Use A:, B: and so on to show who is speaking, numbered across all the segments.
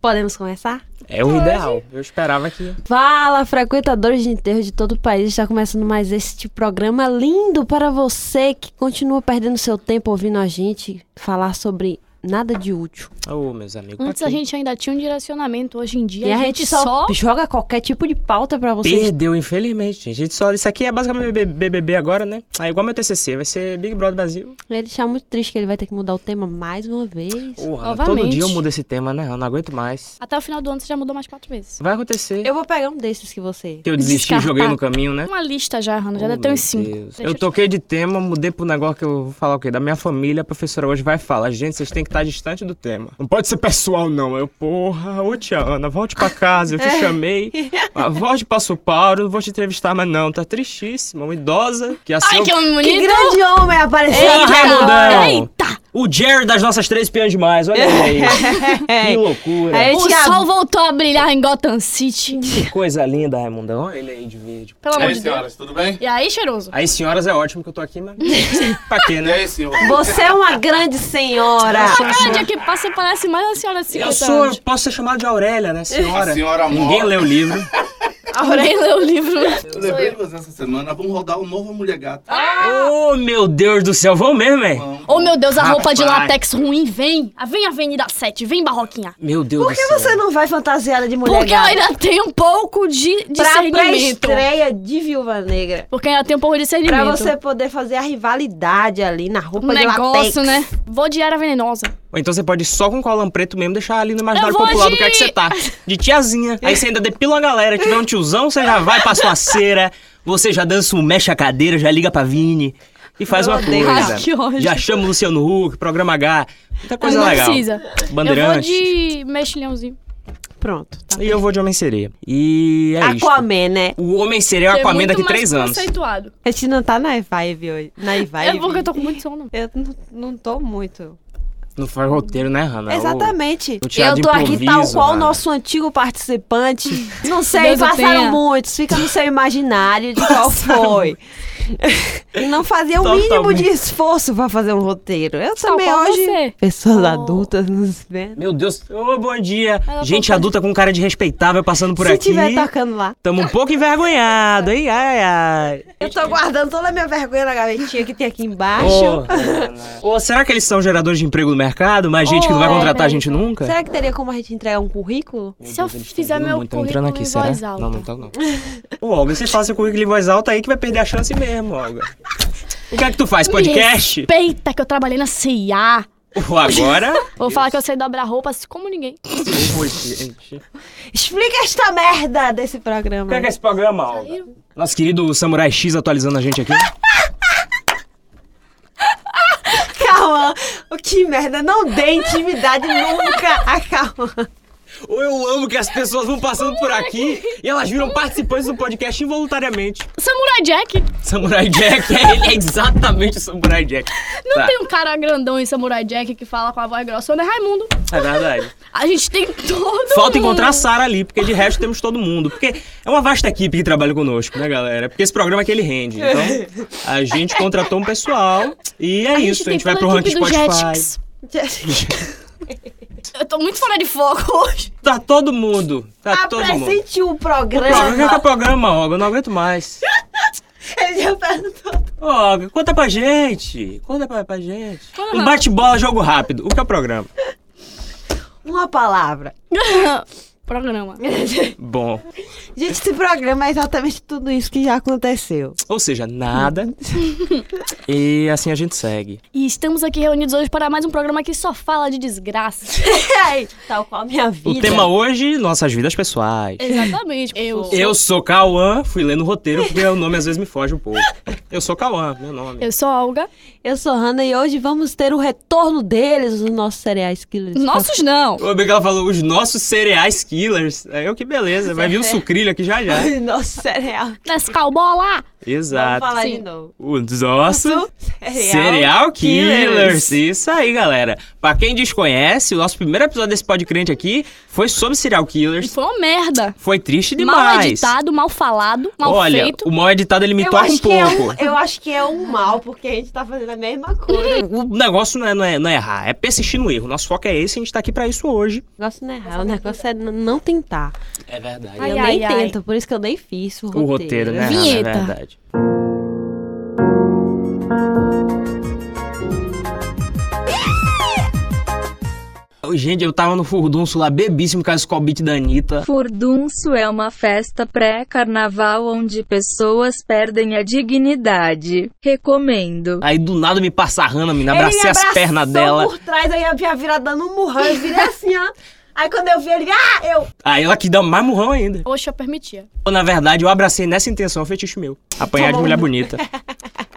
A: Podemos começar?
B: É o ideal. Eu esperava que.
A: Fala, frequentadores de enterro de todo o país. Está começando mais este programa lindo para você que continua perdendo seu tempo ouvindo a gente falar sobre nada de útil.
B: Ô, meus amigos. tá
C: Antes
B: pra
C: a
B: quem
C: gente ainda tinha um direcionamento, hoje em dia
A: E
C: a, gente, só...
A: joga qualquer tipo de pauta para vocês.
B: Perdeu, infelizmente, gente. A gente só... Isso aqui é basicamente BB- BBB agora, né? É igual meu TCC, vai ser Big Brother Brasil.
A: Ele está muito triste que ele vai ter que mudar o tema mais uma vez.
B: Porra, todo
C: Novamente.
B: dia eu mudo esse tema, né? Eu não aguento mais.
C: Até o final do ano você já mudou mais quatro vezes.
B: Vai acontecer.
A: Eu vou pegar um desses que você.
B: Que eu desisti,
A: descartar.
B: joguei no caminho, né?
C: Uma lista já, Rana, já
B: Oh,
C: deve ter uns
B: meu
C: cinco.
B: Deus.
C: Deixa
B: Eu toquei de tema, mudei pro negócio que eu vou falar o quê? Da minha família, a professora hoje vai falar. Gente, vocês têm que estar distante do tema. Não pode ser pessoal, não. Eu, porra, ô tia Ana, volte pra casa, eu te chamei.
C: É.
B: Ah, Volte pra Suparo, não vou te entrevistar, mas não, tá tristíssima. Uma idosa que a
C: Ai,
B: seu...
C: que homem
A: Que
C: bonito!
A: grande homem apareceu!
B: Ei, Raimundão!
C: Eita!
B: O Jerry das nossas três peões demais, olha ele aí. que loucura.
A: É,
C: O
A: Thiago.
C: sol voltou a brilhar em Gotham City.
B: Que coisa linda, Raimundão. Olha ele aí de verde.
C: Pelo
D: E
C: amor
D: aí,
C: de Deus.
D: senhoras, tudo bem?
C: E aí, cheiroso?
B: Aí, senhoras, é ótimo que eu tô aqui, mas... pra quê,
D: E
B: né?
D: aí, senhor?
A: Você é uma grande senhora!
C: A cada dia é que passa parece mais a senhora de 50
B: Eu sou, eu
C: anos.
B: posso ser chamado de Aurélia, né, senhora?
D: A senhora
B: Ninguém
D: mora.
B: leu o livro.
C: Ninguém leu o livro.
D: Eu lembrei de você essa semana, vamos rodar o novo Mulher Gata.
B: Oh, meu Deus do céu, vão mesmo, hein?
D: Vamos.
C: Oh, meu Deus, a roupa de
B: Rapaz.
C: latex ruim. Vem. Ah, Vem Avenida 7, vem Barroquinha.
B: Meu Deus
A: Por
B: do
A: que
B: céu.
A: você não vai fantasiada de mulher
C: Porque eu
A: gata?
C: ainda tenho um pouco de
A: pra
C: discernimento.
A: pré-estreia de Viúva Negra.
C: Porque eu ainda tenho um pouco de
A: Pra
C: discernimento.
A: você poder fazer a rivalidade ali na roupa
C: Um
A: de latex.
C: negócio, né? Vou de era venenosa.
B: Ou então você pode ir só com colão preto mesmo, deixar ali no imaginário
C: Eu vou
B: popular do
C: de-
B: que é que você tá. De tiazinha. Aí você ainda depila uma galera, tiver um tiozão, você já vai pra sua cera, você já dança um mexe a cadeira, já liga pra Vini e faz
A: Meu
B: uma
A: Deus.
B: coisa.
C: Ai, Ah, que ódio.
B: já chama o Luciano Huck, Programa H, muita coisa
C: não
B: legal.
C: precisa. Eu vou
B: Bandeirantes.
C: de mexilhãozinho.
A: Pronto. Tá.
B: E eu vou de Homem-Sereia. E é isso.
A: Aquaman, né?
B: O Homem-Sereia é o
C: Porque é
B: Aquaman
C: muito
B: daqui
C: mais
B: três anos.
C: conceituado.
A: A gente não tá na vibe hoje. Na vibe.
C: É porque eu tô com muito sono.
A: Eu não, não tô muito.
B: Não foi roteiro, né, Hannah?
A: Exatamente.
B: o teatro
A: eu
B: de
A: tô aqui tal
B: improviso,
A: qual o
B: mano.
A: nosso antigo participante. Não sei,
C: Deus o
A: passaram
C: tenha.
A: muitos. Fica no seu imaginário de qual foi. E não fazia o mínimo
B: Totalmente.
A: de esforço pra fazer um roteiro. Eu
C: Tal
A: também
C: qual
A: hoje.
C: Tá você.
A: Pessoas
C: Oh.
A: adultas nos vendo.
B: Meu Deus. Ô, bom dia.
C: Ela
B: Gente
C: voltou.
B: adulta com cara de respeitável passando por
A: Se
B: aqui.
A: tiver
C: tá-
A: tocando lá.
B: Tamo um pouco envergonhado, hein? Ai, ai.
A: Eu tô guardando toda a minha vergonha na gavetinha que tem aqui embaixo.
B: Ô, ô, será que eles são geradores de emprego no mercado? Mas gente que não vai
A: Ô,
B: contratar a
C: é.
B: gente nunca?
A: Será que teria como a gente entregar um currículo?
C: Se eu fizer meu
B: Não, tá entrando
C: currículo
B: aqui,
C: em
B: será?
C: voz alta.
B: Não, não tá não. Ô, Olga, você faz seu currículo em voz alta aí que vai perder a chance mesmo, Olga. O que é que tu faz? Podcast?
C: Respeita que eu trabalhei na CIA.
B: Pô, agora?
C: Vou falar que eu sei dobrar roupas como ninguém.
B: Ô, gente.
A: Explica esta merda desse
B: O
A: programa.
B: que é, que é esse programa, Olga? Nosso querido Samurai X atualizando a gente aqui. é?
A: Calma. O que merda. Não dê intimidade nunca a Calma.
B: Ou eu amo que as pessoas vão passando por aqui e elas viram participantes do podcast involuntariamente.
C: Samurai Jack.
B: Samurai Jack, é, ele é exatamente o Samurai Jack.
C: Não
B: Tá,
C: tem um cara grandão em Samurai Jack que fala com a voz grossa. Não é Raimundo.
B: É verdade.
C: A gente tem todo
B: Falta
C: mundo.
B: encontrar a Sara ali, porque de resto temos todo mundo. Porque é uma vasta equipe que trabalha conosco, né, galera? Porque esse programa aqui ele rende. Então, a gente contratou um pessoal e é
C: A gente
B: isso. A
C: tem
B: gente vai
C: toda
B: pro ranking
C: equipe do
B: Spotify.
C: Jetix. Eu tô muito fora de foco hoje.
B: Tá todo mundo. Tá todo mundo.
A: Apresente o
B: Programa, já que é
A: programa.
B: programa, Olga, eu não aguento mais.
A: Ele já perguntou.
B: Olga, conta pra gente. Conta pra, pra gente.
C: Conta
B: Um
C: não.
B: bate-bola, jogo rápido. O que é o programa?
A: Uma palavra.
C: Programa.
B: Bom.
A: Gente, esse programa é exatamente tudo isso que já aconteceu.
B: Ou seja, nada. e assim a gente segue.
C: E estamos aqui reunidos hoje para mais um programa que só fala de desgraça.
A: Tal qual minha
B: O
A: vida. É.
B: tema hoje, nossas vidas pessoais.
C: Exatamente. Eu sou.
B: Eu sou Cauã, fui lendo o roteiro porque o nome às vezes me foge um pouco. Eu sou Cauã, meu nome.
C: Eu sou a Olga.
A: Eu sou Hanna e hoje vamos ter o retorno deles, os nossos cereais killers.
C: Nossos não.
B: O Miguel falou os nossos cereais Killers. É eu que beleza. Vai vir o sucrilho aqui já já.
A: Nosso cereal.
C: Nescau Bola!
A: Vamos
B: é? Exato.
A: falar de
C: Sim.
A: novo.
B: O nosso Serial Killers. Isso aí, galera. Pra quem desconhece, o nosso primeiro episódio desse podcast aqui foi sobre Serial
C: E
B: Killers.
C: foi uma merda.
B: Foi triste
C: Mal
B: demais.
C: editado, mal falado, mal
B: Olha,
C: feito.
B: o mal editado ele me
A: Eu
B: toca
A: acho,
B: um
A: que é um,
B: pouco.
A: eu acho que é um mal, porque a gente tá fazendo a mesma coisa.
B: O negócio não é, não, é, não é errar, é persistir no erro. Nosso foco é esse, a gente tá aqui pra isso hoje.
A: O negócio não é errar, o negócio é n- não tentar.
B: É verdade.
C: Ai,
A: eu
C: ai,
A: nem
C: ai.
A: tento, por isso que eu nem fiz o
B: o
A: roteiro.
B: roteiro, né? Hannah?
C: Vinheta.
B: É verdade. Ô, Gente, eu tava no furdunço lá, bebíssimo com a Skull Beat da Anitta.
E: Furdunço é uma festa pré-carnaval onde pessoas perdem a dignidade. Recomendo.
B: Aí do nada me passa a Hannah, me abracei
A: Ele
B: as
A: abraçou
B: pernas dela.
A: por trás, aí a Bia vira dando um murrão, eu virei assim, ó. Aí quando eu vi ele, ah, eu...
B: Aí ela que dá mais murrão ainda.
C: Oxe, eu permitia.
B: Ou, Na verdade, eu abracei nessa intenção, é um fetiche meu. Apanhar de mulher bonita.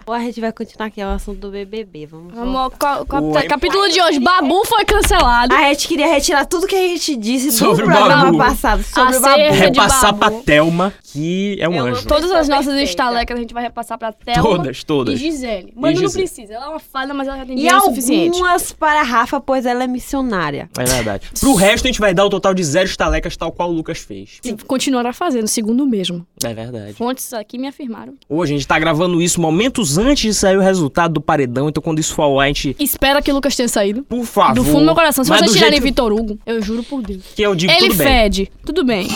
A: Ou a gente vai continuar aqui, é o assunto do BBB, vamos
C: Vamos, ao ca- cap-
B: Ué.
C: Tá, capítulo de hoje. Babu foi cancelado.
A: Ah, A gente queria retirar tudo que a gente disse
B: Sobre o
A: do programa
B: Babu.
A: passado, sobre o Babu.
C: Acerto. Erro de
B: Repassar pra
C: babu.
B: Thelma, que é um anjo.
C: Todas as nossas
A: perfeita.
C: estalecas a gente vai repassar pra tela.
B: Todas,
C: E
B: todas.
C: Gisele. Mano, não
B: Gisele.
C: precisa. Ela é uma falha, mas ela já tem
A: E
C: dinheiro suficiente.
A: algumas para a Rafa, pois ela é missionária.
B: É verdade. Pro resto, a gente vai dar o total de zero estalecas, tal qual o Lucas fez.
C: E Continuará fazendo, segundo mesmo.
B: É verdade.
C: Fontes aqui me afirmaram.
B: Hoje a gente tá gravando isso momentos antes de sair o resultado do paredão, então quando isso for ao ar, a gente.
C: Espero que o Lucas tenha saído.
B: Por favor.
C: Do fundo do meu coração. Se
B: mas
C: vocês
B: do
C: tirarem
B: jeito
C: Vitor Hugo, eu juro por Deus.
B: que eu digo,
C: Ele
B: tudo bem.
C: fede. Tudo bem.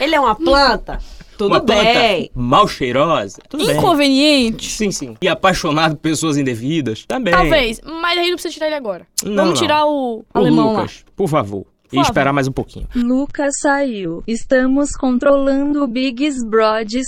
A: Ele é uma planta? Tudo
B: Uma
A: bem.
B: planta mal cheirosa. Tudo bem.
C: É Inconveniente.
B: Sim, sim. E apaixonado por pessoas indevidas. Também.
C: Talvez. Mas a gente não precisa tirar ele agora.
B: Não,
C: Vamos
B: não.
C: tirar o,
B: O
C: alemão lá.
B: Lucas, por favor. E
C: favor.
B: esperar mais um pouquinho.
E: Lucas saiu. Estamos controlando o Big Brother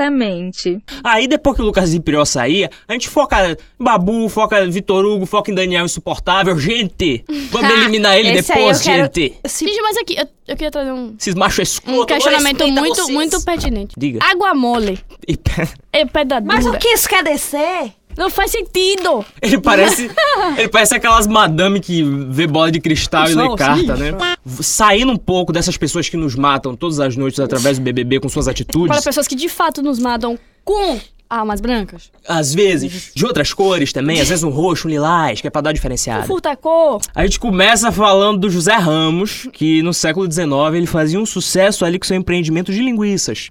E: secretamente.
B: Aí depois que o Lucas Imperial saía, a gente foca em Babu, foca em Vitor Hugo, foca em Daniel Insuportável. Gente!
C: Ah,
B: Vamos eliminar ele
A: Esse aí
B: depois,
A: eu quero-
B: gente!
A: Se-
C: Gente, mas aqui, eu, eu queria trazer um,
B: Esses machos escuros.
C: um questionamento muito, muito pertinente.
B: Diga.
C: Água mole.
B: E pe-
C: É pedra
A: Mas
C: dura.
A: o que isso quer descer?
C: Não faz sentido.
B: Ele parece. ele parece aquelas madame que vê bola de cristal e lê
C: Só, assim?
B: carta, né? Saindo um pouco dessas pessoas que nos matam todas as noites através do BBB com suas
C: Para
B: atitudes,
C: pessoas que de fato nos matam com armas brancas.
B: às vezes de outras cores também, às vezes um roxo, um lilás, que é pra dar
C: Um
B: diferenciado.
C: furtacô.
B: A gente começa falando do José Ramos, que no século XIX ele fazia um sucesso ali com seu empreendimento de linguiças.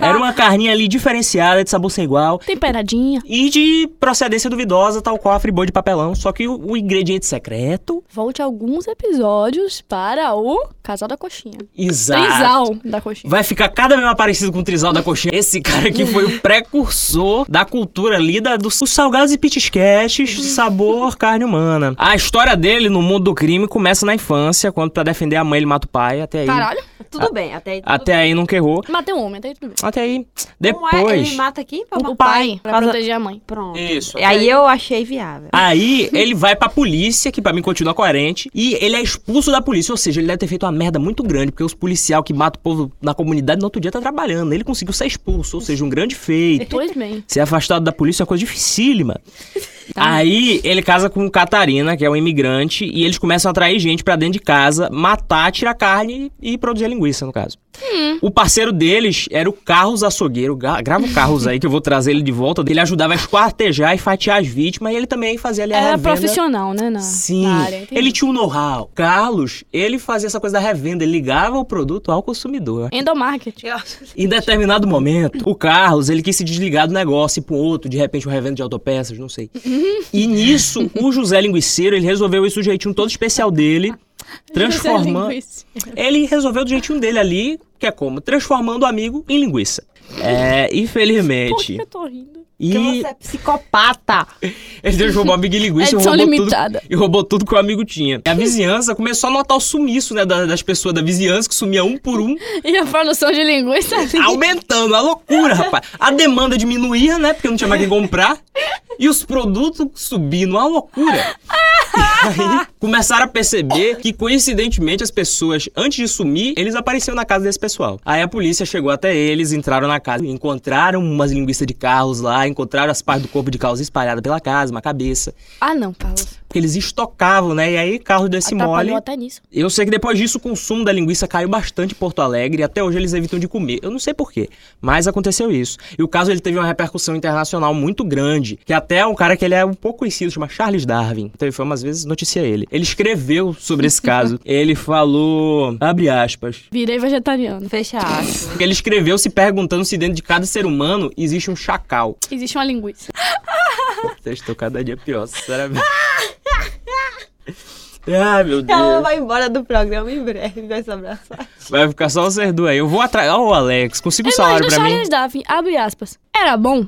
B: Era uma carninha ali diferenciada, de sabor sem igual,
C: Temperadinha.
B: e de procedência duvidosa, tal qual a friboi de papelão, só que o, o ingrediente secreto.
C: Volte alguns episódios para o Casal da Coxinha.
B: Exato.
C: Trisal da Coxinha.
B: Vai ficar cada vez mais parecido com o Trisal da Coxinha. Esse cara aqui foi o precursor da cultura ali da, dos dos salgados e
A: Uhum.
B: pitisquetes, sabor carne humana. A história dele no mundo do crime começa na infância, quando pra defender a mãe ele mata o pai, até aí.
C: Caralho.
A: Tudo bem, até aí. tudo
B: Ah, Até aí nunca errou.
C: Matei um homem, até aí tudo bem.
B: Até aí.
A: bem. Como é? Ele
B: Depois. É,
A: mata aqui pra
C: O pai, pra
A: Faz a-
C: proteger a mãe.
A: Pronto.
B: Isso,
A: E aí eu achei viável.
B: Ah, Aí ele vai pra polícia, que pra mim continua coerente, e ele é expulso da polícia, ou seja, ele deve ter feito uma merda muito grande, porque os policial que matam o povo na comunidade no outro dia tá trabalhando. Ele conseguiu ser expulso, ou seja, um grande feito.
C: Pois bem.
B: Ser afastado da polícia é uma coisa dificílima.
C: Tá.
B: Aí ele casa com Catarina, que é um imigrante, e eles começam a atrair gente pra dentro de casa, matar, tirar carne e produzir linguiça, no caso.
C: Hum.
B: O parceiro deles era o Carlos Açougueiro. Ga- Grava o Carlos aí que eu vou trazer ele de volta. Ele ajudava a esquartejar e fatiar as vítimas e ele também fazia ali a
C: Era
B: revenda.
C: É profissional, né? Na,
B: Sim,
C: na área, entendi.
B: ele tinha um know-how. Carlos, ele fazia essa coisa da revenda, ele ligava o produto ao consumidor.
C: Endomarketing.
B: Em determinado momento, o Carlos, ele quis se desligar do negócio e ir pro outro, de repente uma revenda de autopeças, não sei.
C: Uhum.
B: E nisso, o José Linguiceiro, ele resolveu isso do jeitinho todo especial dele, transformando... Ele resolveu do jeitinho dele ali, que é como? Transformando o amigo em linguiça. É,
C: Por que
B: infelizmente.
C: eu tô rindo?
A: Porque
B: E
A: você é psicopata.
B: ele transformou o amigo em linguiça e
C: Edição
B: roubou tudo
C: limitada.
B: e roubou tudo que o amigo tinha. E a vizinhança começou a notar o sumiço, né, da- das pessoas da vizinhança, que sumia um por um,
C: E a produção de linguiça ali.
B: aumentando, a loucura, rapaz. A demanda diminuía, né, porque não tinha mais quem comprar, e os produtos subindo, a loucura. E aí, começaram a perceber que, coincidentemente, as pessoas, antes de sumir, eles apareciam na casa desse pessoal. Aí a polícia chegou até eles, entraram na casa, encontraram umas linguiças de Carlos lá, encontraram as partes do corpo de Carlos espalhadas pela casa, uma cabeça.
C: Ah, não, Carlos.
B: Porque eles estocavam, né? E aí Carlos desse mole.
C: Atrapalhou até nisso.
B: Eu sei que depois disso o consumo da linguiça caiu bastante em Porto Alegre e até hoje eles evitam de comer. Eu não sei porquê, mas aconteceu isso. E o caso ele teve uma repercussão internacional muito grande, que até é um cara que ele é um pouco conhecido, chama Charles Darwin. então Teve fama, às vezes noticia ele. Ele escreveu sobre esse caso. ele falou, abre aspas,
C: Virei vegetariano.
A: Fecha aspas.
B: porque ele escreveu se perguntando se dentro de cada ser humano existe um chacal.
C: Existe uma linguiça.
B: Um Vocês estão cada dia pior, sinceramente. Ai, meu Deus.
A: Ela vai embora do programa em breve, vai se abraçar.
B: Vai ficar só os dois aí. Eu vou atrás. Ó, o Alex, consiga um salário
C: Imagina
B: pra mim?
C: Charles Darwin, abre aspas. Era bom?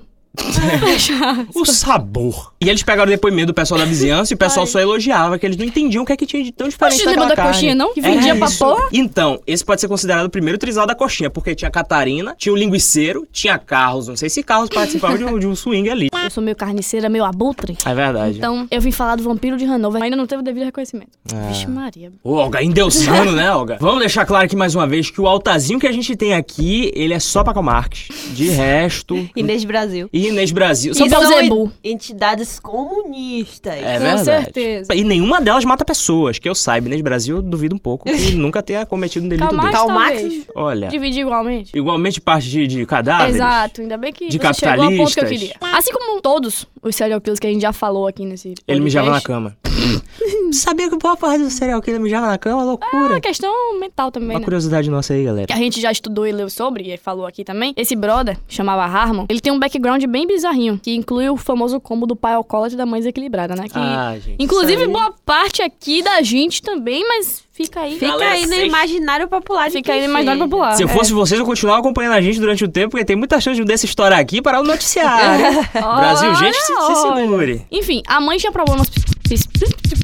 C: Fecha aspas.
B: O sabor. E eles pegaram o depoimento do pessoal da vizinhança e o pessoal só elogiava, que eles não entendiam o que é que tinha de tão diferente
C: Oxe,
B: naquela
C: lembra da
B: carne.
C: coxinha, não? Que vendia
B: É
C: pra
B: isso.
C: porra?
B: Então, esse pode ser considerado o primeiro trisal da coxinha, porque tinha a Catarina, tinha o linguiceiro, tinha Carlos. Não sei se Carlos participava de, um, de um swing ali.
C: Eu sou meio carniceira, meio abutre.
B: É verdade.
C: Então, eu vim falar do vampiro de Hanover. Ainda não teve o devido reconhecimento.
B: Ah. É.
C: Vixe Maria.
B: Ô, Olga, endeusando, né, Olga? Vamos deixar claro aqui mais uma vez que o altazinho que a gente tem aqui, ele é só pra Marques. De resto...
A: Inês Brasil.
B: E Inês Brasil.
C: Só
A: E
C: pra
A: são
C: Zebu.
A: Entidades comunistas.
B: É
C: Com
B: verdade.
C: certeza.
B: E nenhuma delas mata pessoas, que eu saiba. Inês Brasil, eu duvido um pouco que nunca tenha cometido um delito
C: Calma,
B: desse.
A: Karl Marx?
C: talvez.
B: Olha,
C: Dividir igualmente.
B: igualmente parte de, de cadáveres.
C: Exato, ainda bem que
B: De
C: você chegou ao ponto que eu
B: capitalistas.
C: queria. Assim como todos os serial killers que a gente já falou aqui nesse
B: Ele
C: podcast,
B: mijava na cama. Sabia que boa parte do serial killer mijava na cama?
C: É
B: Loucura.
C: uma questão mental também,
B: Uma
C: né?
B: curiosidade nossa aí, galera.
C: Que a gente já estudou e leu sobre, e falou aqui também. Esse brother, que chamava Harmon, ele tem um background bem bizarrinho, que inclui o famoso combo do pai alcoólatra e da mãe desequilibrada, né? Que,
B: Ah, gente.
C: inclusive,
A: isso aí-
C: boa parte aqui da gente também, mas fica aí. né?
A: Fica aí no imaginário popular. de
C: Fica aí no
A: clichê.
C: imaginário popular.
B: Se eu
C: É.
B: fosse vocês, eu continuava acompanhando a gente durante o tempo, porque tem muita chance de um desse estourar aqui e parar o noticiário. hein? Brasil, gente, se, se
C: Olha,
B: segure.
C: Enfim, a mãe tinha problemas. ps- ps- ps-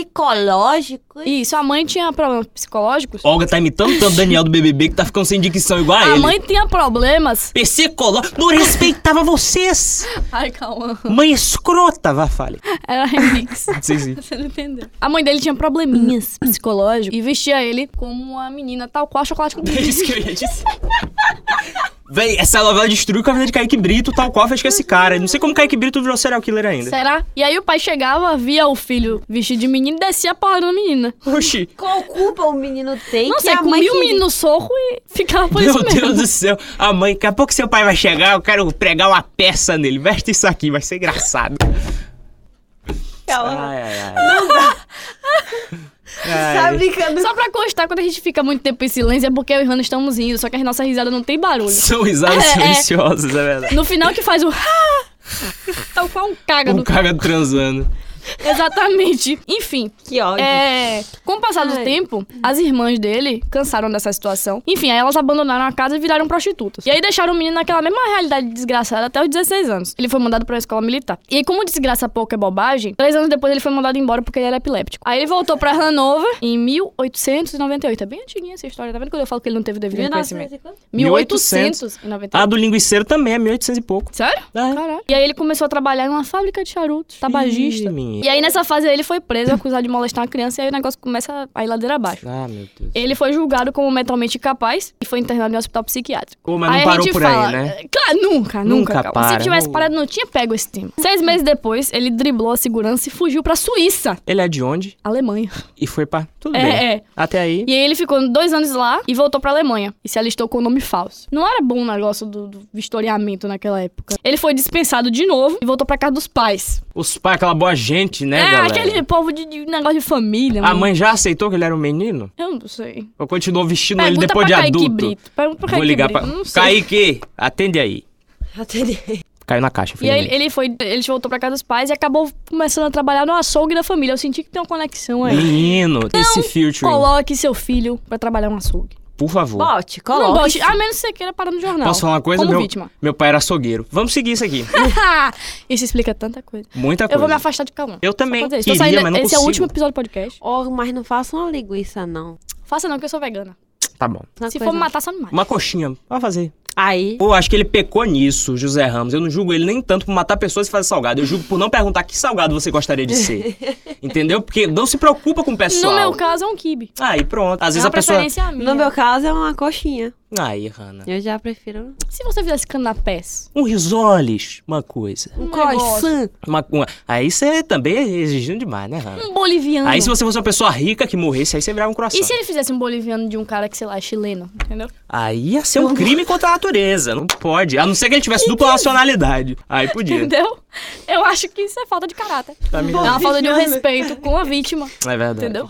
A: Psicológico.
C: Isso, a mãe tinha problemas psicológicos.
B: Olga tá imitando tanto o Daniel do BBB que tá ficando sem dicção igual a,
C: A
B: Ah, ele.
C: mãe tinha problemas.
B: Psicológico. Não respeitava vocês.
C: Ai, calma.
B: Mãe escrota, vá, fale.
C: Era remix.
B: Sim, sim.
C: Você não entendeu. A mãe dele tinha probleminhas psicológicos e vestia ele como uma menina tal qual chocolate com
B: É isso que eu ia dizer. Véi, essa novela destruiu com a vida de Kaique Brito, tal qual fez com esse cara. Não sei como Kaique Brito virou serial killer ainda.
C: Será? E aí o pai chegava, via o filho vestido de menino e descia a porrada na menina.
B: Oxi.
A: Qual culpa o menino tem
C: Não
A: que
C: sei,
A: a mãe
C: comia o
A: queria?
C: menino no soco e ficava por
B: Meu
C: isso mesmo.
B: Deus do céu. A mãe, daqui a pouco seu pai vai chegar, eu quero pregar uma peça nele. Veste isso aqui, vai ser engraçado.
A: Calma.
B: Ai, ai, ai. Ai.
A: Tá brincando.
C: Só pra constar, quando a gente fica muito tempo em silêncio é porque eu e Hannah estamos rindo, só que a nossa risada não tem barulho.
B: São risadas
C: É, é.
B: silenciosas, é verdade.
C: No final que faz o... Tal qual um caga
B: Um
C: do...
B: cara transando.
C: Exatamente. Enfim,
A: Que ódio.
C: É, com o passar do
A: Ai.
C: tempo, as irmãs dele cansaram dessa situação. Enfim, aí elas abandonaram a casa e viraram prostitutas. E aí deixaram o menino naquela mesma realidade desgraçada até os 16 anos. Ele foi mandado pra uma escola militar. E aí, como desgraça pouco é bobagem, três anos depois ele foi mandado embora porque ele era epiléptico. Aí ele voltou pra Hanover em 1898. É bem antiguinha essa história, tá vendo quando eu falo que ele não teve o devido reconhecimento?
A: 1950.
C: 1898.
B: A do linguiceiro também é 1800 e pouco.
C: Sério?
B: É.
C: Caralho. E aí ele começou a trabalhar em uma fábrica de charutos, tabagista.
B: Ih, menina.
C: E aí nessa fase aí ele foi preso, acusado de molestar uma criança, e aí o negócio começa a ir ladeira abaixo.
B: Ah, meu Deus.
C: Ele foi julgado como mentalmente incapaz e foi internado em um hospital psiquiátrico.
B: Pô, mas não
C: aí a
B: parou
C: gente
B: por
C: fala,
B: aí, né?
C: "Eh, Claro,
B: Nunca
C: nunca, nunca. Cal.
B: para.
C: Se tivesse parado, não tinha pego esse tema. Seis meses depois, ele driblou a segurança e fugiu pra Suíça,
B: Ele é de onde?
C: Alemanha.
B: E foi pra. Tudo
C: É,
B: bem.
C: é.
B: Até aí.
C: E aí ele ficou dois anos lá e voltou pra Alemanha. E se alistou com o nome falso. Não era bom o negócio do, do vistoriamento naquela época. Ele foi dispensado de novo e voltou pra casa dos pais.
B: Os pais, aquela boa gente, né,
C: é,
B: galera?
C: aquele povo de, de negócio de família.
B: A
C: mano.
B: mãe já aceitou que ele era um menino?
C: Eu não sei.
B: Ou continuou vestindo Tipo, ele
C: Pergunta
B: depois de
C: pra Kaique
B: adulto?
C: Brito. Pergunta pra
B: Vou
C: Kaique
B: ligar
C: Brito.
B: pra.
C: Não sei.
B: Kaique, atende aí.
A: Atendei.
B: Caiu na caixa,
C: E aí
B: infelizmente.
C: ele foi, ele voltou pra casa dos pais e acabou começando a trabalhar no açougue da família. Eu senti que tem uma conexão
A: Hum,
C: aí.
B: Menino, esse featuring.
C: Coloque seu filho pra trabalhar no açougue.
B: Por favor.
A: Bote, ah,
C: Não
A: coloca.
C: bote, a menos que você queira parar no jornal.
B: Posso falar uma coisa?
C: Como
B: meu,
C: vítima.
B: meu pai era açougueiro. Vamos seguir isso aqui.
C: Isso explica tanta coisa.
B: Muita coisa.
C: Eu vou me afastar de Cauã.
B: Eu também
C: Só pra dizer isso.
B: queria,
C: Tô saindo-
B: mas não
C: Esse é
B: consigo.
C: o último episódio do podcast.
A: Oh, mas não faça uma linguiça, não.
C: Faça não, que eu sou vegana.
B: Tá bom.
A: Uma
C: Se
A: coisa-
C: for me matar, só me mata.
B: Uma coxinha, vai fazer.
A: Aí.
B: Pô, acho que ele pecou nisso, José Ramos. Eu não julgo ele nem tanto por matar pessoas e fazer salgado. Eu julgo por não perguntar que salgado você gostaria de ser. Entendeu? Porque não se preocupa com o pessoal.
C: No meu caso, é um kibe.
B: Aí pronto. Às
C: é
B: vezes
C: uma
B: a pessoa.
C: preferência minha.
A: No meu caso é uma coxinha.
B: Aí, Hanna.
A: Eu já prefiro.
C: Se você fizesse canapés,
B: Um risoles, uma coisa. Hum.
A: Um
C: negócio.
A: croissant.
B: Uma- uma- Aí você também é exigindo demais, né, Hanna?
C: um boliviano.
B: Aí se você fosse uma pessoa rica que morresse, aí você virava um croissant.
C: E se ele fizesse um boliviano de um cara que, sei lá, é chileno, entendeu?
B: Aí ia ser um crime contra a natureza. Não pode. A não ser que ele tivesse dupla nacionalidade. Aí podia.
C: Entendeu? Eu acho que isso é falta de caráter.
B: Tá me
C: É uma
B: dando.
C: falta de um respeito com a vítima,
B: É verdade.
C: entendeu?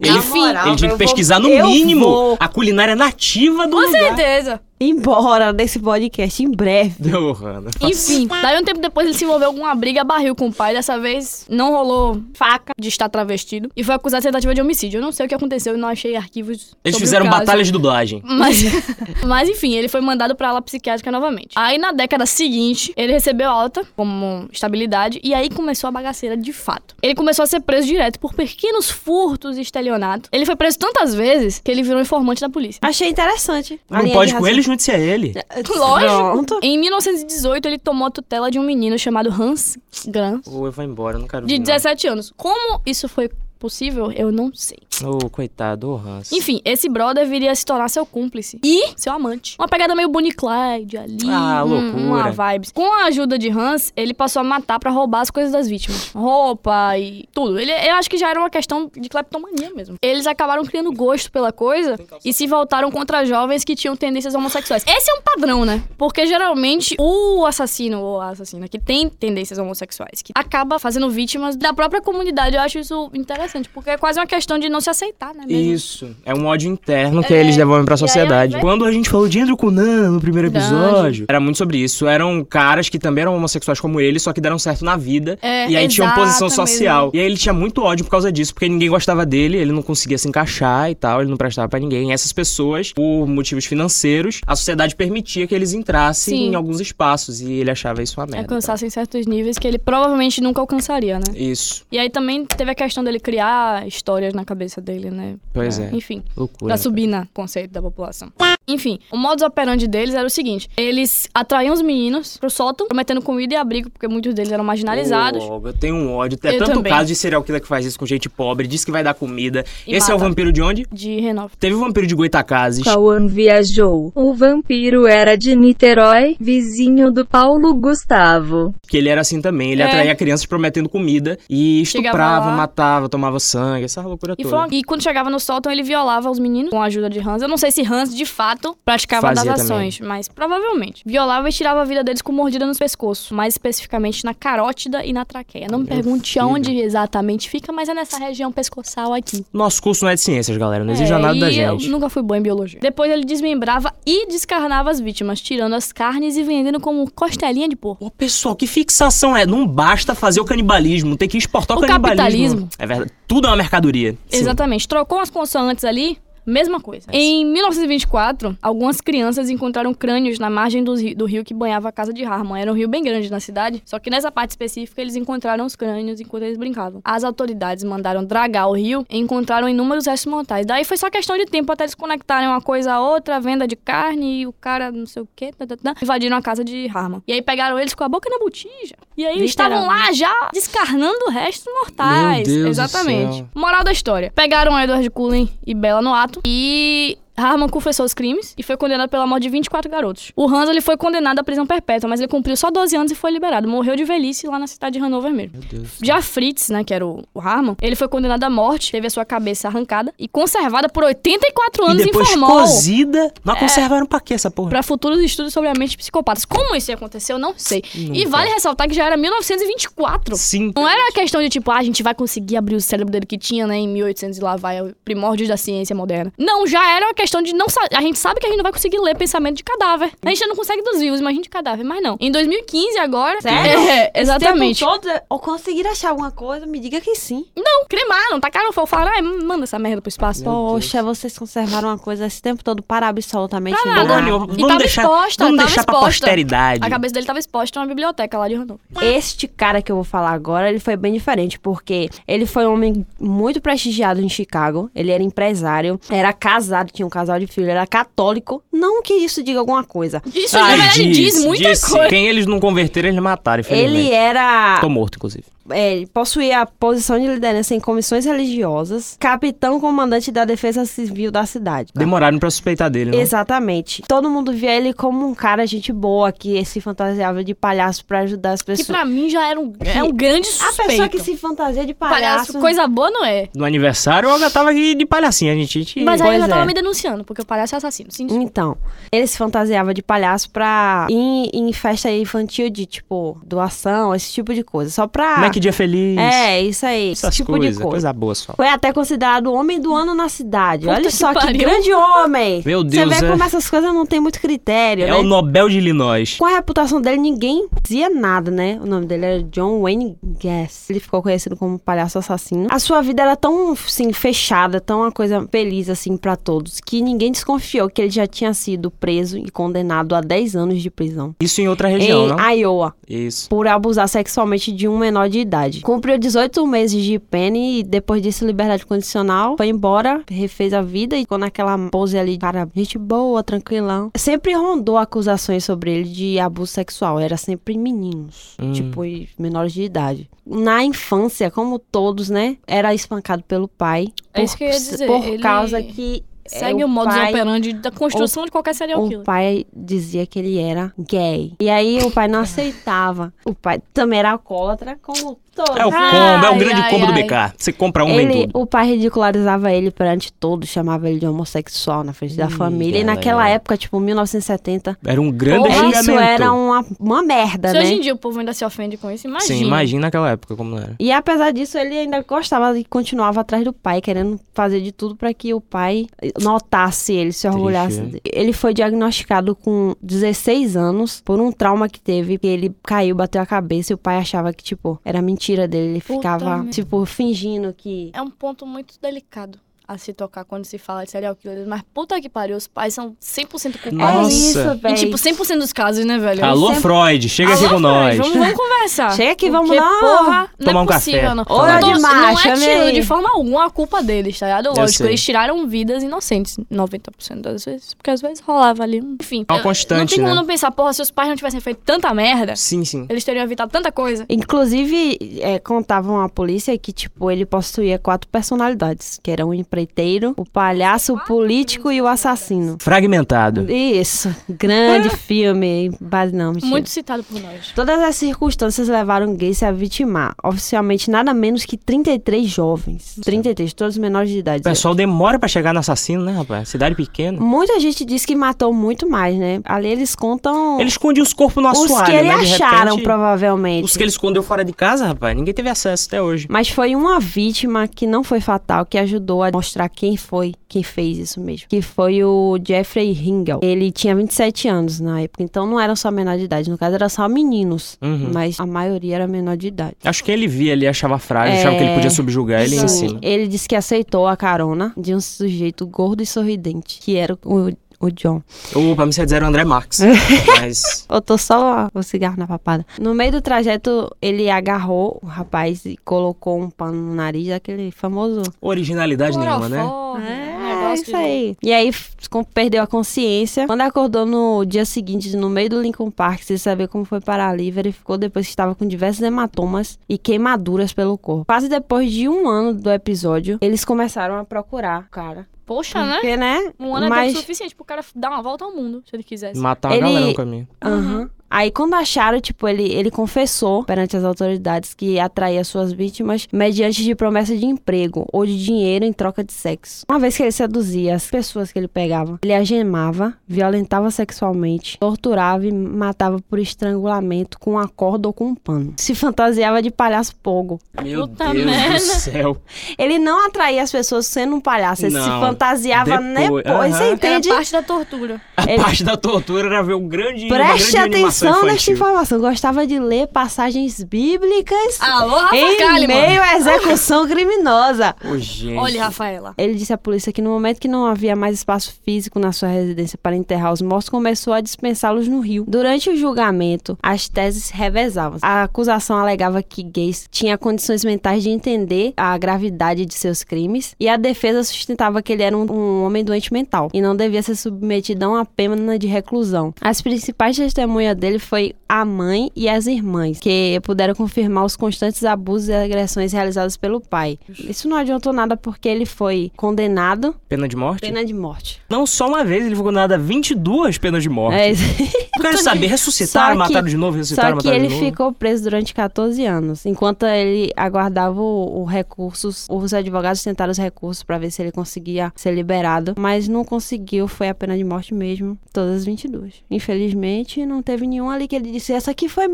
B: Ele,
C: Enfim,
B: ele tinha que pesquisar no mínimo a culinária nativa do
C: Com
B: lugar.
C: certeza.
A: Embora desse podcast em breve.
B: Deu, Hanna.
C: Enfim, daí um tempo depois ele se envolveu com uma briga, barril com o pai. Dessa vez não rolou faca de estar travestido. E foi acusado de tentativa de homicídio. Eu não sei o que aconteceu, eu não achei arquivos.
B: Eles
C: sobre
B: fizeram
C: o caso.
B: batalha de dublagem.
C: Mas, mas enfim, ele foi mandado pra ala psiquiátrica novamente. Aí na década seguinte, ele recebeu alta como estabilidade e aí começou a bagaceira de fato. Ele começou a ser preso direto por pequenos furtos e estelionato. Ele foi preso tantas vezes que ele virou informante da polícia.
A: Achei interessante. A
B: Não
A: linha
B: pode
A: de
B: com ele, junte-se a ele.
A: raciocínio.
C: Lógico.
A: Pronto.
C: Em 1918, ele tomou a tutela de um menino chamado Hans Grans,
B: Ou eu vou embora, eu não quero
C: de
B: ver, não.
C: 17 anos. Como isso foi possível, eu não sei.
B: Ô, coitado, ô Hans.
C: Enfim, esse brother viria a se tornar seu cúmplice e seu amante. Uma pegada meio Bonnie Clyde ali.
B: Ah,
C: um-
B: loucura.
C: Uma vibes. Com a ajuda de Hans, ele passou a matar pra roubar as coisas das vítimas. Roupa e tudo. Ele, eu acho que já era uma questão de cleptomania mesmo. Eles acabaram criando gosto pela coisa e se voltaram contra jovens que tinham tendências homossexuais. Esse é um padrão, né? Porque geralmente o assassino ou a assassina que tem tendências homossexuais, que acaba fazendo vítimas da própria comunidade. Eu acho isso interessante, porque é quase uma questão de não se aceitar, né? mesmo?
B: Isso. É um ódio interno que eles devolvem pra sociedade.
C: é-
B: Quando a gente falou de Andrew Cunan no primeiro
C: Verdade.
B: episódio, era muito sobre isso. Eram caras que também eram homossexuais como ele, só que deram certo na vida.
C: É,
B: e aí tinham
C: exato,
B: posição
C: é
B: social.
C: mesmo.
B: E aí ele tinha muito ódio por causa disso, porque ninguém gostava dele, ele não conseguia se encaixar e tal, ele não prestava pra ninguém. E essas pessoas, por motivos financeiros, a sociedade permitia que eles entrassem
C: Sim.
B: em alguns espaços. E ele achava isso uma merda.
C: alcançassem É, certos níveis que ele provavelmente nunca alcançaria, né?
B: Isso.
C: E aí também teve a questão dele criar histórias na cabeça dele, né?
B: Pois é.
C: Enfim,
B: Loucura.
C: pra subir na conceito da população. Enfim, o modus operandi deles era o seguinte: eles atraíam os meninos pro sótão, prometendo comida e abrigo, porque muitos deles eram marginalizados.
B: Ô, eu tenho um ódio. É
C: Eu
B: tanto
C: também.
B: caso de serial killer que faz isso com gente pobre, diz que vai dar comida.
C: E
B: Esse é o
C: mata.
B: vampiro de onde?
C: De renova.
B: Teve o vampiro de Goitacazes.
E: Cauã viajou. O vampiro era de Niterói, vizinho do Paulo Gustavo.
B: Que ele era assim também. Ele
C: É.
B: atraía crianças prometendo comida e
C: Chegava
B: estuprava,
C: lá.
B: matava, tomava sangue, essa loucura
C: E,
B: toda.
C: foi uma- e quando chegava no sótão, ele violava os meninos com a ajuda de Hans. Eu não sei se Hans, de fato, praticava
B: Fazia
C: das ações, mas provavelmente. Violava e tirava a vida deles com mordida nos pescoços, mais especificamente na carótida e na traqueia. Não me
B: Meu
C: pergunte
B: filho.
C: onde exatamente fica, mas é nessa região pescoçal aqui.
B: Nosso curso não é de ciências, galera. Não exige
C: É,
B: nada da
C: e eu
B: gente.
C: nunca fui boa em biologia. Depois ele desmembrava e descarnava as vítimas, tirando as carnes e vendendo como costelinha de porco.
B: Ô, pessoal, que fixação é? Não basta fazer o canibalismo, tem que exportar o,
C: O
B: canibalismo.
C: capitalismo.
B: É verdade. Tudo é uma mercadoria. Sim.
C: Exatamente. Trocou as consoantes ali. Mesma coisa.
B: É isso.
C: Em 1924, algumas crianças encontraram crânios na margem do, ri- do rio que banhava a casa de Harmon. Era um rio bem grande na cidade, só que nessa parte específica eles encontraram os crânios enquanto eles brincavam. As autoridades mandaram dragar o rio e encontraram inúmeros restos mortais. Daí foi só questão de tempo até eles conectarem uma coisa a outra, a venda de carne e o cara não sei o quê, tá, tá, tá, invadiram a casa de Harmon. E aí pegaram eles com a boca na botija. E aí eles estavam lá já descarnando restos mortais.
B: Meu Deus do
C: Exatamente.
B: céu.
C: Moral da história. Pegaram Edward Cullen e Bella no ato e Harman confessou os crimes e foi condenado pela morte de 24 garotos. O Hans ele foi condenado à prisão perpétua, mas ele cumpriu só 12 anos e foi liberado. Morreu de velhice lá na cidade de Hanover mesmo.
B: Meu Deus.
C: Já Fritz, né, que era o, o Harman, ele foi condenado à morte, teve a sua cabeça arrancada e conservada por 84
B: E
C: anos em
B: depois
C: formol.
B: cozida. Mas conservaram pra quê essa porra?
C: Pra futuros estudos sobre a mente psicopatas. Como isso aconteceu, eu não sei. E
B: Nunca.
C: vale ressaltar que já era 1924.
B: Sim.
C: Não era uma questão de tipo, ah, a gente vai conseguir abrir o cérebro dele que tinha, né, em 1800 e lá vai, o primórdios da ciência moderna. Não, já era uma questão de não sa- a gente sabe que a gente não vai conseguir ler pensamento de cadáver. A gente já não consegue dos vivos, imagina de cadáver, mas não. Em 2015 agora,
A: Sério?
C: É, exatamente.
A: Tempo todo, eu conseguir achar alguma coisa, me diga que sim.
C: Não, cremaram, tacaram fogo, falaram, ah, manda essa merda pro espaço.
B: Meu Deus.
A: Poxa, vocês conservaram uma coisa esse tempo todo para absolutamente
C: Pra
A: nada.
C: nada.
B: Bolonio,
C: E tava exposta,
B: vamos
C: tava
B: deixar pra
C: exposta.
B: posteridade.
C: A cabeça dele tava exposta numa biblioteca lá de Randolph.
A: Este cara que eu vou falar agora, ele foi bem diferente, porque ele foi um homem muito prestigiado em Chicago, ele era empresário, era casado, tinha um casal de filho, era católico. Não que isso diga alguma coisa.
C: Isso, na verdade, diz, muita
B: Ah, diz sim.
C: coisa.
B: Quem eles não converteram, eles mataram, infelizmente.
A: Ele era
B: Tô morto, inclusive.
A: é, possuía a posição de liderança em comissões religiosas, capitão comandante da defesa civil da cidade.
B: Demoraram pra suspeitar dele, né?
A: Exatamente. Todo mundo via ele como um cara gente boa que se fantasiava de palhaço pra ajudar as
C: Que
A: pessoas.
C: pra mim já era um, é um grande
A: A
C: suspeito.
A: pessoa que se fantasia de palhaço,
C: Palhaço, coisa boa não é.
B: No aniversário, eu já tava aqui de palhacinha, a gente. gente-
C: Mas aí
A: Pois
C: ela tava
A: é.
C: me denunciando, porque o palhaço é assassino. Sim,
A: Então, ele se fantasiava de palhaço pra ir em festa infantil de, tipo, doação, esse tipo de coisa. Só
C: Ah.
A: pra.
B: Como é que dia feliz?
A: É, isso aí. Esse
B: Essas
A: tipo
B: coisas, é
A: de coisa.
B: coisa boa só.
A: Foi até considerado o homem do ano na cidade.
C: Puta
A: Olha
C: que
A: só que,
C: pariu.
A: grande homem.
B: Meu
A: Você
B: Deus,
A: vê
B: é.
A: como essas coisas não tem muito critério,
B: É
A: né?
B: o Nobel de Illinois.
A: Com é a reputação dele, ninguém dizia nada, né? O nome dele era John Wayne Gass. Ele ficou conhecido como palhaço assassino. A sua vida era tão, assim, fechada, tão uma coisa feliz, assim, pra todos, que ninguém desconfiou que ele já tinha sido preso e condenado a 10 anos de prisão.
B: Isso em outra região,
A: em
B: não?
A: Iowa,
B: Isso.
A: por abusar sexualmente de um menor de idade. Cumpriu 18 meses de pena e depois disso liberdade condicional. Foi embora, refez a vida e ficou naquela pose ali, cara, gente boa, tranquilão. Sempre rondou acusações sobre ele de abuso sexual. Era sempre meninos,
B: Hum.
A: tipo e menores de idade. Na infância, como todos, né, era espancado pelo pai.
C: É isso que eu ia dizer,
A: Por
C: ele
A: causa que... é,
C: Segue o modus
A: pai-
C: operandi da construção de qualquer serial
A: o
C: killer.
A: pai dizia que ele era gay. E aí o pai não aceitava. O pai também era alcoólatra, como todos. Ah,
B: É o
C: Ai,
B: combo, é o grande
C: ai,
B: combo do
C: ai.
B: BK. Você compra um, vem
A: ele,
B: tudo.
A: o pai ridicularizava ele perante todos, chamava ele de homossexual na frente da
B: Ih,
A: família. E naquela
B: galera.
A: época, tipo, 1970,
B: Era um grande
C: Porra,
B: xingamento.
A: isso era
C: um-
A: uma, uma merda,
C: Se
A: né?
C: hoje em dia o povo ainda se ofende com isso, imagina.
B: Sim, imagina naquela época como era.
A: E apesar disso, ele ainda gostava e continuava atrás do pai, querendo fazer de tudo para que o pai notasse ele, se orgulhasse.
B: né?
A: dele. Ele foi diagnosticado com 16 anos por um trauma que teve, que ele caiu, bateu a cabeça e o pai achava que, tipo, era mentira dele. Ele
C: Puta
A: ficava,
C: merda.
A: tipo, fingindo que.
C: É um ponto muito delicado a se tocar quando se fala de serial killer. Mas puta que pariu, os pais são 100%
A: É
B: Nossa.
C: culpados.
A: isso,
C: E
A: velho.
C: tipo, 100% dos casos, né, velho?
B: Alô,
A: sempre-
B: Freud, chega
C: Alô,
B: aqui com
C: Fran,
B: nós.
C: Vamos, vamos conversar.
A: Chega aqui, vamos
C: Porque,
A: lá.
C: porra, não
B: Tomar
C: é
B: um
C: possível,
B: café.
C: Não.
A: Olha
C: Não tô-
A: demais,
C: não é
A: chamei.
C: tirando de forma alguma a culpa deles, tá ligado?
B: Eu
C: Lógico,
B: sei.
C: eles tiraram vidas inocentes 90% das vezes, porque às vezes rolava ali. um- Enfim,
B: É uma
C: eu- não
B: constante,
C: tem como
B: né?
C: não pensar, porra, se os pais não tivessem feito tanta merda,
B: Sim, sim.
C: eles teriam evitado tanta coisa.
A: Inclusive, é, contavam à polícia que, tipo, ele possuía quatro personalidades, que eram o empreiteiro, o palhaço, o político e o assassino.
B: Fragmentado.
A: Isso, grande filme, base não, mentira.
C: Muito citado por nós.
A: Todas as circunstâncias levaram Gay se a vitimar. Oficialmente, nada menos que 33 jovens. 33, todos menores de idade.
B: O pessoal demora pra chegar no assassino, né, rapaz? Cidade pequena.
A: Muita gente diz que matou muito mais, né? Ali eles contam
B: Ele escondia os corpos no
A: os
B: assoalho,
A: que eles
B: né? De
A: acharam,
B: repente,
A: provavelmente.
B: Os que ele escondeu fora de casa, rapaz. Ninguém teve acesso até hoje.
A: Mas foi uma vítima que não foi fatal, que ajudou a mostrar quem foi, quem fez isso mesmo. Que foi o Jeffrey Ringel. Ele tinha 27 anos na época, então não eram só menor de idade. No caso, eram só meninos.
B: Uhum.
A: Mas a maioria era menor de idade.
B: Acho que ele via ali, achava frágil, achava que ele podia subjugar É, ele em
A: Sim.
B: cima.
A: Ele disse que aceitou a carona de um sujeito gordo e sorridente, que era o, o John.
B: Opa, me disseram André Marx. Mas.
A: Eu tô só o cigarro na papada. No meio do trajeto, ele agarrou o rapaz e colocou um pano no nariz, aquele famoso.
B: Originalidade nenhuma, né?
C: Cloroforme, um
A: É,
C: negócio
A: isso
C: de-
A: aí. E aí f- com- perdeu a consciência. Quando acordou no dia seguinte, no meio do Lincoln Park, sem saber como foi parar ali, verificou depois que estava com diversos hematomas e queimaduras pelo corpo. Quase depois de um ano do episódio, eles começaram a procurar o cara.
C: Poxa, né?
A: Porque, né?
C: Um ano é
A: Mas-
C: tempo suficiente pro cara dar uma volta ao mundo, se ele quisesse.
B: Matar uma
A: Ele-
B: galera no caminho.
A: Aham. Uhum. Aí quando acharam, tipo, ele, ele confessou perante as autoridades que atraía suas vítimas mediante de promessa de emprego ou de dinheiro em troca de sexo. Uma vez que ele seduzia as pessoas que ele pegava, ele agemava, violentava sexualmente, torturava e matava por estrangulamento com uma corda ou com um pano. Se fantasiava de palhaço pogo.
B: Meu
C: Puta
B: Deus
C: merda.
B: do céu.
A: Ele não atraía as pessoas sendo um palhaço, ele se
B: Não.
A: fantasiava
B: Depois,
A: depois,
B: aham.
A: você
B: Era
A: entende?
C: Era parte da tortura.
B: A
A: Ele-
B: parte da tortura era ver o grande. uma
A: Preste
B: grande animação
A: atenção nesta
B: infantil.
A: informação. Gostava de ler passagens bíblicas
C: Alô, Rafa
A: em
C: Kalimann.
A: meio à execução criminosa.
B: Ô, gente.
C: Olha, Rafaela.
A: Ele disse à polícia que no momento que não havia mais espaço físico na sua residência para enterrar os mortos, começou a dispensá-los no rio. Durante o julgamento, as teses revezavam. A acusação alegava que Gays tinha condições mentais de entender a gravidade de seus crimes e a defesa sustentava que ele era um, um homem doente mental e não devia ser submetido a uma pena de reclusão. As principais testemunhas dele dele foi a mãe e as irmãs, que puderam confirmar os constantes abusos e agressões realizados pelo pai. Isso não adiantou nada porque ele foi condenado
B: Pena de morte?
A: pena de morte.
B: Não só uma vez, ele foi condenado a 22 penas de morte.
A: É,
B: Eu quero saber, ressuscitaram,
A: Só que-
B: mataram de novo,
A: só
B: ressuscitaram,
A: que
B: mataram
A: ele
B: de novo.
A: ficou preso durante 14 anos, enquanto ele aguardava o, o recursos, os advogados tentaram os recursos pra ver se ele conseguia ser liberado, mas não conseguiu, foi a pena de morte mesmo, todas as 22. Infelizmente, não teve nenhum ali que ele disse, essa aqui foi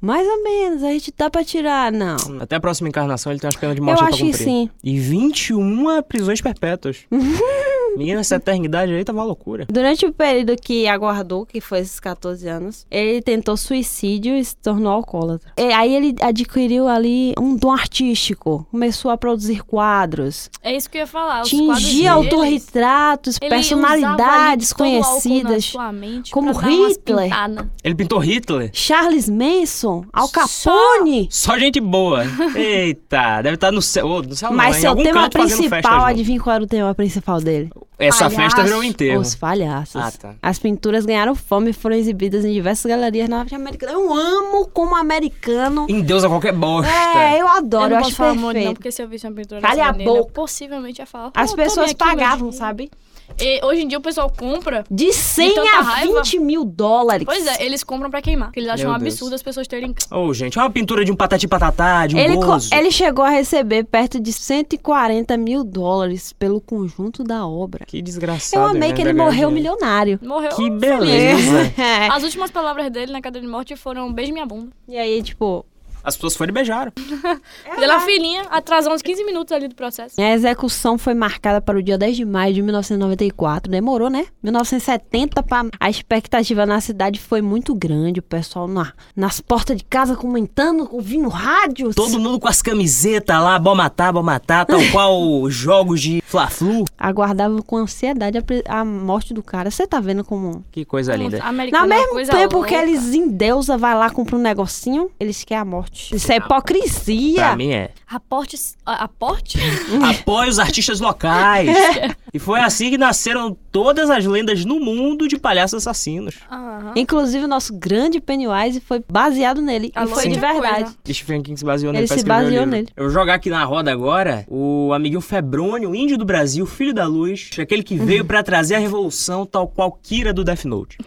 A: mais ou menos, a gente dá pra tirar, não.
B: Até a próxima encarnação ele tem umas penas de
A: Eu
B: morte aí pra
A: acho que
B: cumprir.
A: sim.
B: E 21 prisões perpétuas. Menina, essa eternidade aí tá uma loucura.
A: Durante o período que aguardou, que foi esses 14 anos, ele tentou suicídio e se tornou alcoólatra. E aí ele adquiriu ali um dom artístico, começou a produzir quadros,
C: É isso que eu ia falar. os quadros
A: tingir
C: deles,
A: autorretratos,
C: ele usava ali
A: personalidades
C: todo o álcool na
A: conhecidas,
C: sua mente
A: como
C: pra dar umas
A: Hitler.
C: pintadas.
B: Ele pintou Hitler?
A: Charles Manson, Al Capone.
B: Só gente boa. Eita, deve estar no céu. ô, no céu não,
A: Mas
B: em
A: seu
B: algum
A: tema
B: canto fazendo festa
A: principal, é
B: junto.
A: adivinha qual era o tema principal dele?
B: Essa
C: Palhaço.
B: festa virou um enterro.
A: Os palhaços.
B: Ah, tá.
A: As pinturas ganharam fama e foram exibidas em diversas galerias norte-americanas. Eu amo como americano.
B: Em Deus a qualquer bosta.
A: É, eu
C: Eu
A: adoro,
C: não
A: eu,
C: posso
A: acho
C: falar muito, não,
A: perfeito.
C: porque se eu visse uma pintura
A: Cale
C: dessa
A: a
C: menina,
A: boca.
C: eu possivelmente ia falar.
A: As
C: "Pô,
A: pessoas
C: tome aqui, meu
A: pagavam,
C: dinheiro."
A: sabe?
C: E hoje em dia o pessoal compra.
A: De 100
C: tanta
A: a
C: raiva.
A: 20 mil dólares.
C: Pois é, eles compram pra queimar. Porque eles acham
B: Meu
C: um
B: Deus.
C: absurdo as pessoas terem.
B: Ô, gente, olha uma pintura de um patati patatá, de um
A: Ele, co-
B: gozo.
A: ele chegou a receber perto de 140 mil dólares pelo conjunto da obra.
B: Que desgraçado.
A: Eu amei
B: né,
A: que ele
B: ganhar
A: morreu
B: dinheiro.
A: milionário.
C: Morreu.
B: Que beleza.
A: É.
C: As últimas palavras dele na cadeira de morte foram beijo minha bunda.
A: E aí, tipo,
B: As pessoas foram e beijaram. É
C: Pela filhinha, atrasou uns 15 minutos ali do processo.
A: a execução foi marcada para o dia 10 de maio de 1994. Demorou, né? 1970 pra... A expectativa na cidade foi muito grande. O pessoal na- nas portas de casa comentando, ouvindo rádio.
B: Todo mundo com as camisetas lá, bom matar, bom matar, tal qual os jogos de Fla-Flu.
A: Aguardava com ansiedade a, pre- a morte do cara. Você tá vendo como...
B: Que coisa linda.
A: No
C: Americano, é uma
A: mesmo
C: coisa
A: tempo que
C: louca.
A: eles em deusa vai lá comprar um negocinho, eles querem a morte. Isso é
B: Pra
A: hipocrisia.
B: mim é.
C: Aportes. a- Aporte?
B: Apoia os artistas locais. e foi assim que nasceram todas as lendas no mundo de palhaços assassinos.
C: Aham.
A: Inclusive, o nosso grande Pennywise foi baseado nele.
C: A
A: e foi
C: loira
A: de
C: é coisa.
A: verdade.
B: E Stephen King se baseou
A: Ele
B: nele. pra
A: se
B: escrever o
A: baseou
B: livro.
A: nele.
B: Eu vou jogar aqui na roda agora o amiguinho Febrônio, o índio do Brasil, filho da luz, aquele que veio pra trazer a revolução tal qual Kira do Death Note.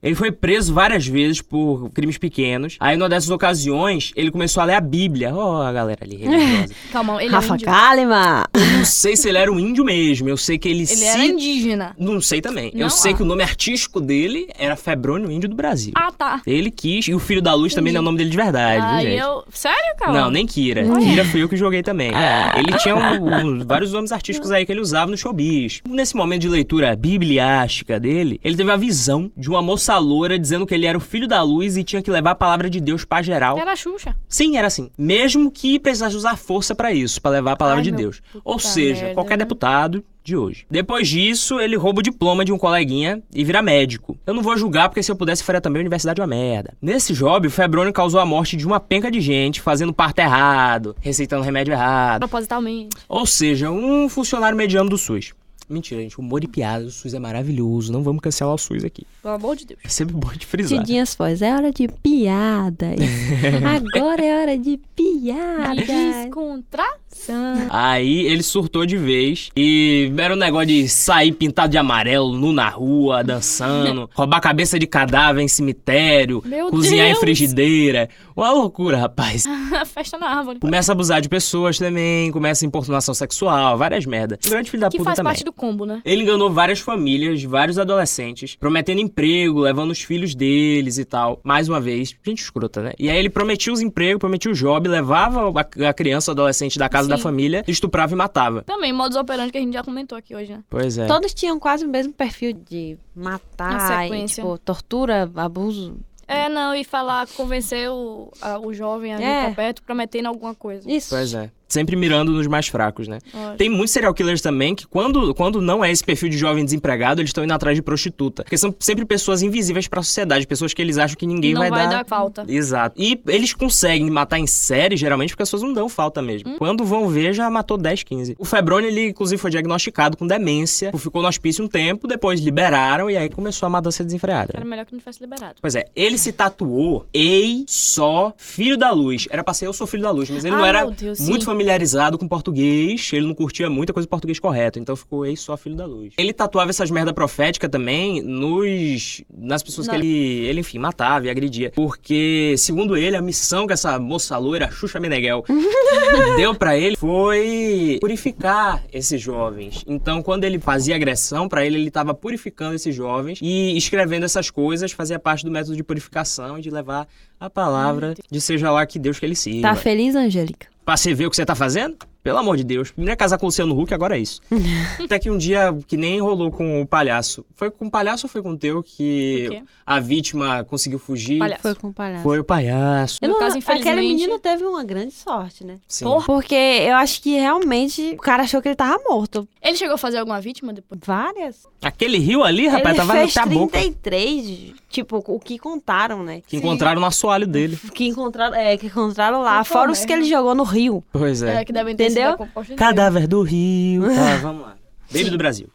B: Ele foi preso várias vezes por crimes pequenos. Aí, numa dessas ocasiões, ele começou a ler a Bíblia. Ó, a galera ali religiosa.
C: Calma, ele é um
A: Rafa
C: índio.
A: Kalimann.
B: Não sei se ele era um índio mesmo. Eu sei que ele,
C: Ele
B: se
C: era indígena.
B: Não sei também.
C: Não,
B: eu sei
C: ah.
B: que o nome artístico dele era Febrônio Índio do Brasil.
C: Ah, tá.
B: Ele quis, e o Filho da Luz também não é o nome dele de verdade, viu,
C: Aí
B: gente?
C: eu. Sério, cara?
B: Não, nem Kira. Kira fui eu que joguei também. Ele tinha um- um- vários nomes artísticos aí que ele usava no showbiz. Nesse momento de leitura bibliástica dele, ele teve a visão de uma moça loura dizendo que ele era o filho da luz e tinha que levar a palavra de Deus pra geral.
C: Era a Xuxa.
B: Sim, era assim. Mesmo que precisasse usar força pra isso, pra levar a palavra
C: Ai,
B: de
C: meu
B: Deus.
C: puta
B: Ou seja,
C: merda,
B: qualquer
C: né?
B: deputado de hoje. Depois disso, ele rouba o diploma de um coleguinha e vira médico. Eu não vou julgar, porque se eu pudesse, faria também a universidade uma merda. Nesse job, o Febrônio causou a morte de uma penca de gente, fazendo parto errado, receitando remédio errado.
C: Propositalmente.
B: Ou seja, um funcionário mediano do SUS. Mentira, gente. Humor e piada. O SUS é maravilhoso. Não vamos cancelar o SUS aqui.
C: Pelo amor de Deus.
B: É sempre bom de frisar.
A: Tidinhas Foz, é hora de piadas. Agora é hora de
B: Ah,
A: piadas.
C: Descontração.
B: Aí ele surtou de vez e era um negócio de sair pintado de amarelo, nu na rua, dançando, roubar cabeça de cadáver em cemitério,
C: Meu
B: cozinhar
C: Deus. Ah.
B: em frigideira. Uma loucura, rapaz.
C: Festa na árvore.
B: Começa a abusar de pessoas também, começa a importunação sexual, várias merdas. Um grande filho da
C: Que
B: puta
C: faz
B: também.
C: parte do combo, né?
B: Ele enganou várias famílias, vários adolescentes, prometendo emprego, levando os filhos deles e tal. Mais uma vez, gente escrota, né? E aí ele prometia os empregos, prometia o job, levava a, a criança, o adolescente da casa
C: Sim.
B: da família, estuprava e matava.
C: Também, modus operandi que a gente já comentou aqui hoje, né?
B: Pois é.
A: Todos tinham quase o mesmo perfil de
C: Na
A: matar, e,
C: sequência.
A: tipo, tortura, abuso.
C: É, não, e falar, convencer o, a- o jovem ali tá
A: É.
C: pra perto, prometendo alguma coisa.
A: Isso.
B: Pois é. sempre mirando nos mais fracos, né? Tem muitos serial killers também que, quando, quando não é esse perfil de jovem desempregado, eles estão indo atrás de prostituta. Porque são sempre pessoas invisíveis pra sociedade, pessoas que eles acham que ninguém
C: não vai,
B: dar.
C: dar falta.
B: Exato. E eles conseguem matar em série, geralmente, porque as pessoas não dão falta mesmo. Quando vão ver, já matou 10, 15. O Febrone, ele, inclusive, foi diagnosticado com demência, ficou no hospício um tempo, depois liberaram e aí começou a matança desenfreada.
C: Era melhor que não tivesse liberado.
B: Pois é, ele se tatuou Ei Só Filho da Luz. Era pra ser Eu Sou Filho da Luz, mas ele
C: Ah,
B: não era
C: meu Deus,
B: muito
C: sim.
B: familiarizado com português, ele não curtia muita coisa em português correto, então ficou Ei Só Filho da Luz. Ele tatuava essas merda profética também nos nas pessoas
C: Não.
B: que ele, ele, enfim, matava e agredia. Porque, segundo ele, a missão que essa moça loira, Xuxa Meneghel, deu pra ele foi purificar esses jovens. Então, quando ele fazia agressão pra ele, ele tava purificando esses jovens e escrevendo essas coisas fazia parte do método de purificação e de levar a
C: Hum,
B: palavra de seja lá que Deus que ele sirva.
A: Tá feliz, Angélica?
B: Pra você ver o que você tá fazendo? Pelo amor de Deus. Primeiro é casar com o Luciano Huck, agora é isso. Até que um dia, que nem rolou com o palhaço. Foi com o palhaço ou foi com o teu
C: O
B: que
C: quê?
B: a vítima conseguiu fugir?
C: Palhaço.
A: Foi com o palhaço.
B: Foi o palhaço.
A: Eu
C: No
A: não-
C: caso,
A: Aquele
C: infelizmente-
A: menino teve uma grande sorte, né?
B: Sim.
C: Porra.
A: Porque eu acho que realmente o cara achou que ele tava morto.
C: Ele chegou a fazer alguma vítima depois?
A: Várias.
B: Aquele rio ali, rapaz,
A: ele
B: tava
A: fez
B: até a boca.
A: 33, tipo, o que contaram, né?
B: Que encontraram no assoalho dele.
A: Que encontraram, é, que encontraram lá.
C: Puta
A: fora os que
C: merda.
A: ele jogou no rio.
B: Pois é.
C: É, que devem ter sido
A: Entendeu?
C: a composta de
B: Cadáver do rio. Tá, vamos lá. Baby do Brasil.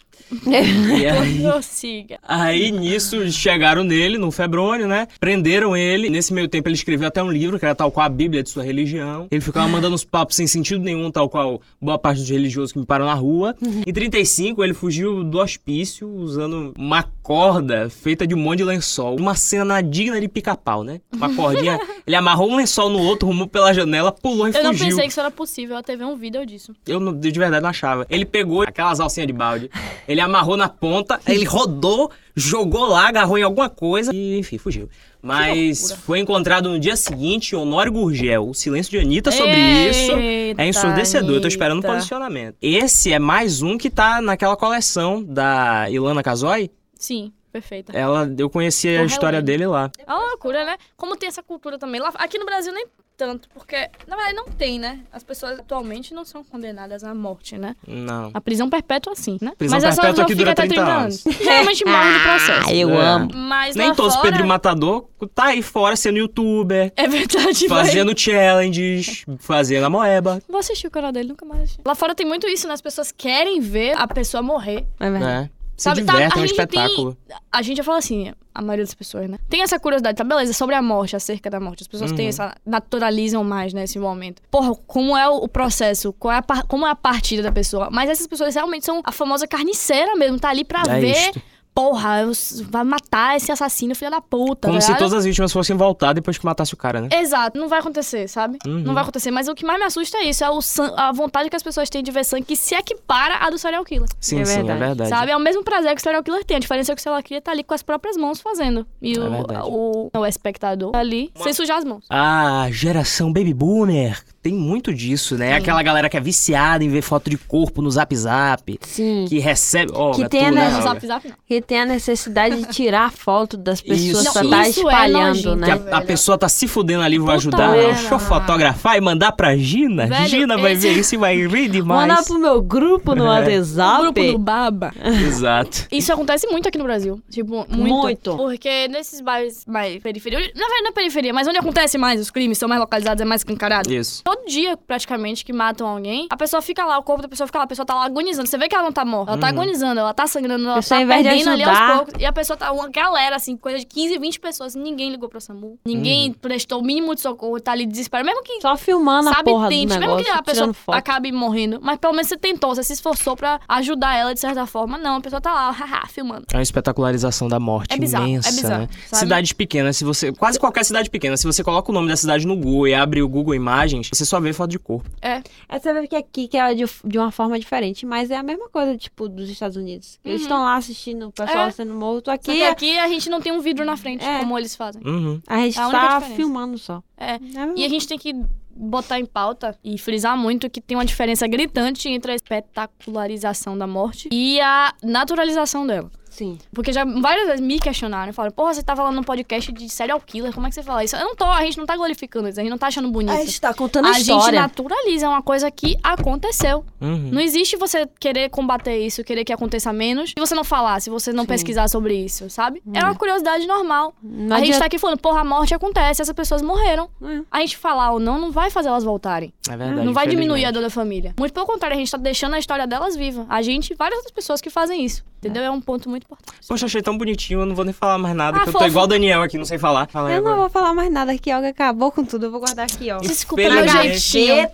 B: E é
C: Deus.
B: aí,
C: Prossiga.
B: aí, nisso, chegaram nele, no Febrônio, né? Prenderam ele. Nesse meio tempo, ele escreveu até um livro, que era tal qual a Bíblia de sua religião. Ele ficava mandando uns papos sem sentido nenhum, tal qual boa parte dos religiosos que me param na rua. Em 35, ele fugiu do hospício usando uma corda feita de um monte de lençol. Uma cena digna de pica-pau, né? Uma cordinha. ele amarrou um lençol no outro, rumou pela janela, pulou e
C: Eu
B: fugiu.
C: não pensei que isso era possível. Eu teve um vídeo disso.
B: Eu não- de verdade não achava. Ele pegou aquelas alcinhas de balde, ele amarrou na ponta, aí ele rodou, jogou lá, agarrou em alguma coisa e, enfim, fugiu. Mas foi encontrado no dia seguinte Honório Gurgel. O silêncio de Anitta Tá sobre isso é ensurdecedor. Eu tô esperando o
C: Eita.
B: posicionamento. Esse é mais um que tá naquela coleção da Ilana Casoy.
C: Sim, perfeita.
B: Ela, eu conheci a
C: Porra,
B: história
C: eu lembro.
B: dele lá.
C: É uma loucura, né? Como tem essa cultura também. Lá, aqui no Brasil nem tanto, porque na verdade não tem, né? As pessoas atualmente não são condenadas à morte, né?
B: Não.
C: A prisão perpétua sim, né?
B: Prisão
C: Mas essa
B: perpétua
C: só
B: que
C: fica
B: dura
C: até
B: 30 anos.
C: Geralmente morre no processo.
A: Ah, eu
B: É.
A: amo.
C: Mas
B: Nem
C: lá
B: todos.
C: fora...
B: Pedro Matador tá aí fora sendo youtuber.
C: É verdade, vai.
B: Fazendo challenges, fazendo a moeba.
C: Vou assistir o canal dele, nunca mais assisti. Lá fora tem muito isso, né? As pessoas querem ver a pessoa morrer.
A: É verdade.
B: né? Se
C: Sabe, tá-
B: divertem,
C: a
B: é um
C: gente tem-
B: espetáculo.
C: A gente já fala assim, a maioria das pessoas, né? Tem essa curiosidade, tá? Beleza, sobre a morte, acerca da morte. As pessoas têm
B: Uhum.
C: essa. naturalizam mais, né? Esse momento. Porra, como é o o processo? Qual é a par- como é a partida da pessoa? Mas essas pessoas realmente são a famosa carniceira mesmo. Tá ali pra
B: É
C: ver.
B: isto.
C: Porra, eu s- vai matar esse assassino, filho da puta.
B: Como
C: tá
B: se
C: ligado?
B: todas as vítimas fossem voltar depois que matasse o cara, né?
C: Exato, não vai acontecer, sabe?
B: Uhum.
C: Não vai acontecer. Mas o que mais me assusta é isso: é o san- a vontade que as pessoas têm de ver sangue que se equipara à do serial killer.
B: Sim,
A: É
B: sim, é
A: verdade.
B: verdade.
C: Sabe? É o mesmo prazer que o serial killer tem. A diferença é que o serial killer tá ali com as próprias mãos fazendo. E
B: É verdade.
C: o, o, o espectador tá ali sem sujar as mãos.
B: A geração baby boomer tem muito disso, né? Aquela galera que é viciada em ver foto de corpo no zap zap,
A: Sim.
B: que recebe... Ó,
A: Que
B: Olga,
A: tem
B: tu,
A: a
B: né,
A: nessa-
C: No
B: Olga?
C: zap zap não.
A: Que tem a necessidade de tirar foto das pessoas
B: Isso.
A: pra
B: Não,
A: tá
C: isso é
A: espalhando,
C: nojento,
A: né?
B: Que
C: Não,
B: a, a
C: velho.
B: pessoa tá se fudendo ali, vou
C: Puta
B: ajudar.
C: merda.
B: Deixa eu fotografar e mandar pra Gina.
C: Velho,
B: Gina vai
C: esse-
B: ver isso e vai rir demais.
A: Mandar pro meu grupo no
B: É.
A: WhatsApp.
C: O Um grupo do Baba.
B: Exato.
C: Isso acontece muito aqui no Brasil. Tipo, muito.
A: Muito.
C: Porque nesses bairros mais periferia. Na verdade, não é periferia, mas onde acontece mais os crimes, são mais localizados, é mais escancarado.
B: Isso.
C: Todo dia, praticamente, que matam alguém, a pessoa fica lá, o corpo da pessoa fica lá, a pessoa tá lá agonizando. Você vê que ela não tá morta, ela tá
B: Uhum.
C: agonizando, ela tá sangrando, ela
A: Pessoa, ao
C: tá
A: invés de
C: perdendo ali aos
A: ajudar-
C: poucos. E a pessoa tá uma galera, assim, coisa de 15, 20 pessoas. Ninguém ligou pro SAMU, ninguém
B: Uhum.
C: prestou o mínimo de socorro, tá ali desesperado. Mesmo que,
A: Só filmando a
C: sabe,
A: Tá porra
C: tente,
A: do
C: mesmo
A: negócio,
C: que a pessoa
A: tirando foto.
C: acabe morrendo, mas pelo menos você tentou, você se esforçou pra ajudar ela de certa forma. Não, a pessoa tá lá, haha, filmando.
B: É uma espetacularização da morte
C: É bizarro, é
B: imensa.
C: bizarro,
B: né?
C: sabe?
B: Cidades pequenas, se você. Quase qualquer cidade pequena, se você coloca o nome da cidade no Google e abre o Google Imagens, você só vê foto de corpo.
A: É, você vê que aqui que é de, de uma forma diferente, mas é a mesma coisa, tipo, dos Estados Unidos. Eles estão lá assistindo o pessoal
C: Uhum. É.
A: sendo morto.
C: Só
A: Aqui
C: que aqui a gente não tem um vidro na frente,
A: É.
C: como eles fazem.
B: Uhum.
A: a gente
C: a única
A: tá
C: diferença.
A: filmando só.
C: É.
A: a mesma
C: E a gente tem que botar em pauta e frisar muito que tem uma diferença gritante entre a espetacularização da morte e a naturalização dela.
A: Sim.
C: Porque já várias vezes me questionaram, falaram, porra, você tava lá no podcast de serial killer, como é que você fala isso? Eu não tô, a gente não tá glorificando isso, a gente não tá achando bonito.
A: A gente tá contando a,
C: A gente
A: história.
C: naturaliza, é uma coisa que aconteceu.
B: Uhum.
C: Não existe você querer combater isso, querer que aconteça menos, se você não falar, se você não
A: Sim.
C: pesquisar sobre isso, sabe? É uma curiosidade normal.
A: Não
C: a gente tá
A: adianta-
C: aqui falando, porra, a morte acontece, essas pessoas morreram.
A: É.
C: A gente falar ou não, não vai fazer elas voltarem.
B: É verdade.
C: não vai diminuir a
B: infelizmente.
C: dor da família. Muito pelo contrário, a gente tá deixando a história delas viva. A gente e várias outras pessoas que fazem isso. Entendeu? É, um ponto muito importante.
B: Poxa, achei tão bonitinho, eu não vou nem falar mais nada,
C: Ah,
B: que eu tô
C: fofo.
B: igual o Daniel aqui, não sei falar. Fala aí
A: Eu não vou
B: agora.
A: falar mais nada aqui, Olga acabou com tudo. Eu vou guardar aqui, ó.
C: Desculpa meu
B: Infelizmente.
C: jeitinho.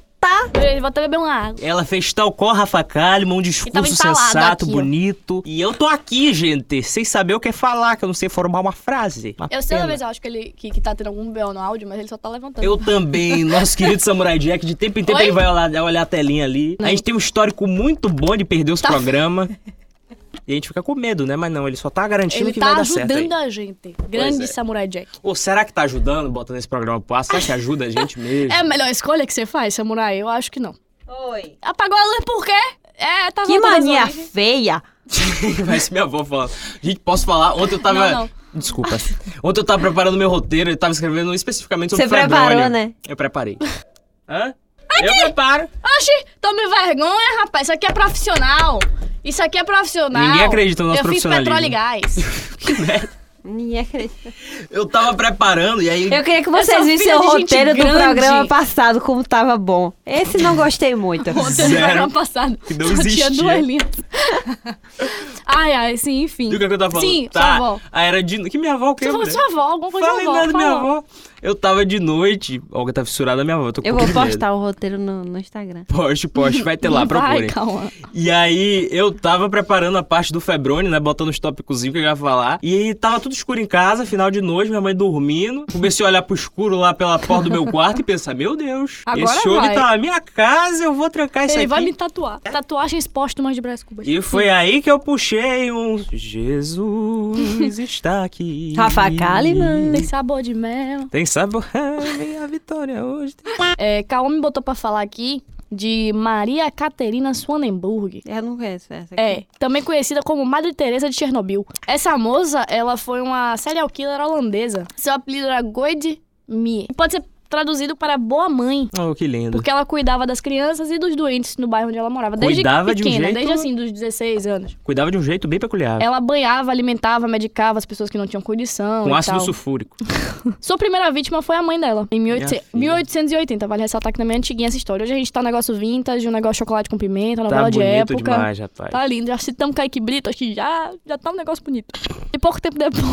C: Peraí, Vou até beber uma água.
B: Ela fez tal qual Rafa Kalimann, um
C: tava
B: discurso
C: entalado
B: sensato,
C: aqui, ó.
B: bonito. E eu tô aqui, gente, sem saber o que é falar, que eu não sei formar uma frase. Uma
C: Eu sei, uma
B: pena.
C: vez eu acho que ele que, que tá tendo algum B.O. no áudio, mas ele só tá levantando.
B: Eu também, nosso querido Samurai Jack, de tempo em tempo
C: Oi?
B: ele vai olhar, olhar a telinha ali. A gente tem um histórico muito bom de perder os
C: Tá.
B: programas. E a gente fica com medo, né? Mas não, ele só tá garantindo
C: Ele
B: que
C: tá
B: vai dar certo. aí.
C: ajudando a gente. Grande
B: é.
C: Samurai Jack.
B: Ou será que tá ajudando, botando esse programa pro ar? Será que ajuda a gente mesmo?
C: É a melhor escolha que você faz, Samurai? Eu acho que não.
A: Oi.
C: Apagou a luz por quê? É, tá
A: Que
C: voltando às
A: mania
C: origens.
A: feia.
B: Vai ser minha avó falando. Gente, posso falar? Ontem eu tava.
C: Não, não.
B: Desculpa. Ontem eu tava preparando meu roteiro, eu tava escrevendo especificamente sobre
A: Você
B: Fredônia.
A: preparou, né?
B: Eu preparei. Hã? Eu preparo.
C: Oxi, tome vergonha, rapaz. Isso aqui é profissional. Isso aqui é profissional.
B: Ninguém acredita no nosso
C: Eu fiz petróleo e
B: profissionalismo.
C: gás.
B: Que merda.
A: Ninguém acredita.
B: Eu tava preparando e aí.
A: Eu queria que
C: Eu
A: vocês
C: sou
A: vissem
C: filha
A: o
C: de gente
A: roteiro do
C: grande.
A: programa passado, como tava bom. Esse não gostei muito.
C: Ontem no
B: Zero.
C: verão passado.
B: Que não
C: só tinha
B: existia.
C: duas linhas. ai, ai, sim, enfim.
B: Do que, é que eu tava falando?
C: Sim,
B: tá. um
C: sua avó.
B: Ah, era de. Que minha avó o quê?
C: Você falou
B: mulher?
C: de sua avó, alguma coisa
B: Falei
C: da avó.
B: nada da minha
C: falou.
B: avó. Eu tava de noite. Olga tá fissurada na minha avó. Eu tô com
A: Eu
B: um
A: vou
B: pouco de medo.
A: postar o roteiro no, no Instagram.
B: Poste, poste, vai ter lá,
C: Vai,
B: procurem.
C: calma.
B: E aí, eu tava preparando a parte do Febrone, né? Botando os tópicos que eu ia falar. E tava tudo escuro em casa, final de noite, minha mãe dormindo. Comecei a olhar pro escuro lá pela porta do meu quarto e pensar: Meu Deus,
C: Agora
B: esse homem
C: vai."
B: tá na minha casa, eu vou trancar isso
C: Ele
B: aqui.
C: vai me tatuar. Tatuagens póstumas de Brás Cubas.
B: E foi aí que eu puxei um. Jesus está aqui.
A: Rafa Kalimann.
C: Tem sabor de mel.
B: Tem sabor. Vem a vitória hoje.
C: É, Kaomi me botou pra falar aqui de Maria Caterina Swanenburg.
A: Eu não conheço essa aqui.
C: É, também conhecida como Madre Teresa de Chernobyl. Essa moça, ela foi uma serial killer holandesa. Seu apelido era Goide Mie. Pode ser traduzido para Boa Mãe.
B: Oh, que lindo.
C: Porque ela cuidava das crianças e dos doentes no bairro onde ela morava. Desde
B: Cuidava de um
C: pequena,
B: jeito-
C: desde assim, dos 16 anos.
B: Cuidava de um jeito bem peculiar.
C: Ela banhava, alimentava, medicava as pessoas que não tinham condição.
B: Com
C: e
B: ácido
C: um tal.
B: sulfúrico.
C: Sua primeira vítima foi a mãe dela, em 1800
B: Minha filha.
C: 1880. Vale ressaltar que também é antiguinha essa história. Hoje a gente tá um negócio vintage, um negócio de chocolate com pimenta, novela
B: Tá
C: de
B: bonito
C: época.
B: demais, rapaz.
C: Tá lindo. Já citamos Kaique Brito, acho que já, já tá um negócio bonito. E pouco tempo depois.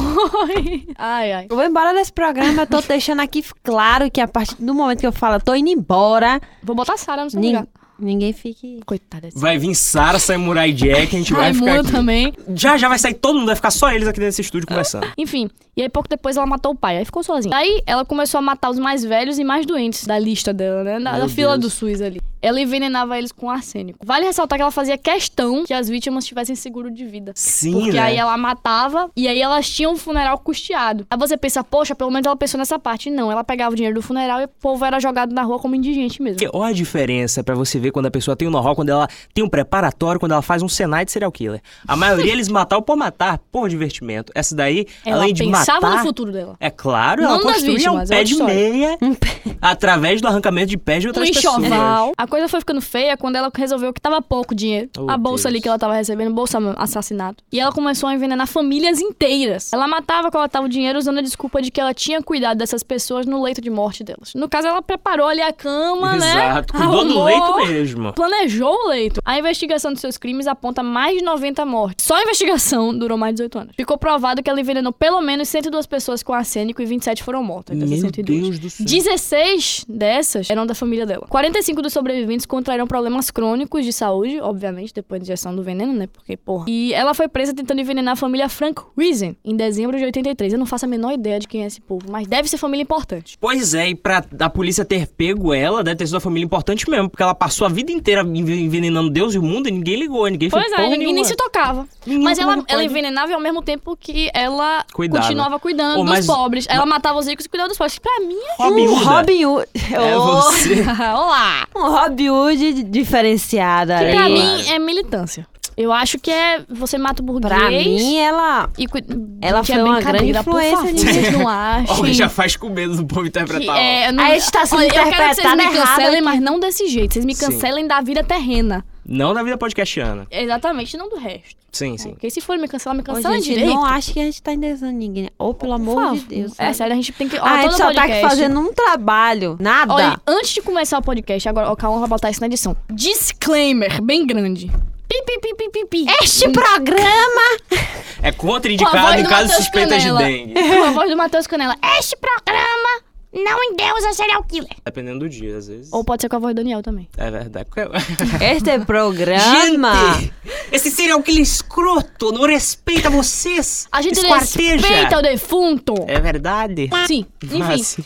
C: Ai, ai.
A: Eu vou embora desse programa, eu tô deixando aqui claro que a partir do momento que eu falo, eu tô indo embora,
C: Vou botar a Sarah no seu
A: nin-
C: lugar.
A: ninguém fique.
C: Coitada desse.
B: Vai vir Sara, Samurai Jack, a gente vai ficar
C: Raimundo
B: aqui.
C: também.
B: Já, já vai sair todo mundo, vai ficar só eles aqui nesse estúdio conversando.
C: Enfim, e aí pouco depois ela matou o pai, aí ficou sozinha. Aí ela começou a matar os mais velhos e mais doentes da lista dela, né? Da,
B: Meu
C: da fila
B: Deus.
C: do SUS ali. Ela envenenava eles com arsênico. Vale ressaltar que ela fazia questão que as vítimas tivessem seguro de vida.
B: Sim,
C: Porque
B: né?
C: aí é um ela matava e aí elas tinham um funeral custeado. Aí você pensa, poxa, pelo menos ela pensou nessa parte. Não, ela pegava o dinheiro do funeral e o povo era jogado na rua como indigente mesmo.
B: Porque olha a diferença pra você ver quando a pessoa tem um know-how, quando ela tem um preparatório, quando ela faz um Senai de serial killer. A maioria eles matar ou por matar, por divertimento. Essa daí,
C: Ela
B: além de
C: pensava
B: matar...
C: no futuro dela.
B: É claro,
C: Não
B: ela
C: das
B: construía
C: vítimas,
B: um
C: é
B: pé
C: outra
B: de
C: história.
B: meia através do arrancamento de pés de
C: Um
B: outras pessoas.
C: enxoval. A coisa foi ficando feia quando ela resolveu que tava pouco dinheiro.
B: Oh,
C: a bolsa ali
B: Deus.
C: que ela tava recebendo, bolsa assassinato. E ela começou a envenenar famílias inteiras. Ela matava, coletava o dinheiro usando a desculpa de que ela tinha cuidado dessas pessoas no leito de morte delas. No caso, ela preparou ali a cama, né?
B: Exato, cuidou do
C: Arrumou.
B: leito mesmo.
C: Planejou o leito. A investigação dos seus crimes aponta mais de 90 mortes. Só a investigação durou mais de 18 anos. Ficou provado que ela envenenou pelo menos 102 pessoas com arsênico e 27 foram mortas. dessas
B: Meu
C: 102.
B: Deus do céu.
C: 16 dessas eram da família dela. 45 dos sobreviventes contraíram problemas crônicos de saúde, obviamente, depois da injeção do veneno, né? Porque, porra. E ela foi presa tentando envenenar a família Frank Wiesen em dezembro de 83. Eu não faço a menor ideia de quem é esse povo, mas deve ser família importante.
B: Pois é, e pra a polícia ter pego ela, deve ter sido uma família importante mesmo, porque ela passou a vida inteira enve- envenenando Deus e o mundo e ninguém ligou, ninguém
C: Pois
B: fez
C: é,
B: porra
C: ninguém nem
B: nenhuma.
C: se tocava.
B: Ninguém
C: mas ela,
B: é pode-
C: ela envenenava e ao mesmo tempo que ela
B: Cuidava.
C: continuava cuidando
B: Ô,
C: dos
B: mas-
C: pobres. Ela matava os ricos e cuidava dos pobres. Pra mim é.
B: Robin
A: um
B: Hood.
A: Robin Hood.
B: É
A: Oh,
B: você.
C: Olá!
A: um Robin Hood diferenciado
C: Que pra
A: ali.
C: mim é militância. Eu acho que é você mata o burguês.
A: Pra mim, ela.
C: E cu-
A: Ela
C: que é
A: foi uma grande
C: brincadeira, por
A: influência
C: favor,
A: nisso.
C: Vocês não acham?
B: Olha, já faz com medo do povo
C: que,
B: interpretar. ó.
C: é, não,
A: A gente tá sendo
C: Olha, eu quero que vocês me
A: interpretado
C: cancelem,
A: aqui.
C: mas não desse jeito. Vocês me
B: Sim.
C: cancelem da vida terrena.
B: Não na vida podcastiana.
C: Exatamente, não do resto.
B: Sim, sim.
C: Porque se for me cancelar, me
A: Ô,
C: cancela
A: gente,
C: direito.
A: não acho que a gente tá endeusando ninguém. né? Ô, pelo
C: Por
A: amor de
C: favor.
A: Deus.
C: É sério, a gente tem que. Ó,
A: Ah, a
C: todo
A: gente só tá
C: podcast,
A: aqui fazendo um trabalho. Nada.
C: Olha, antes de começar o podcast, agora, o Calma vai botar isso na edição. Disclaimer, bem grande. É tipo Pi, pi, pi, pi, pi, pi.
A: este programa.
B: É
C: Com a
B: contraindicado
C: voz
B: em
C: do
B: caso de
C: Matheus
B: suspeita de
C: Canella.
B: dengue.
C: Com a voz do Matheus Canela. É. Este programa não endeusa serial killer.
B: Dependendo do dia, às vezes.
C: Ou pode ser com a voz do Daniel também.
B: É verdade. Porque-
A: Este é programa.
B: Esse serial killer escroto não respeita vocês.
C: A gente respeita o defunto.
B: É verdade.
C: Sim, enfim.
B: Mas-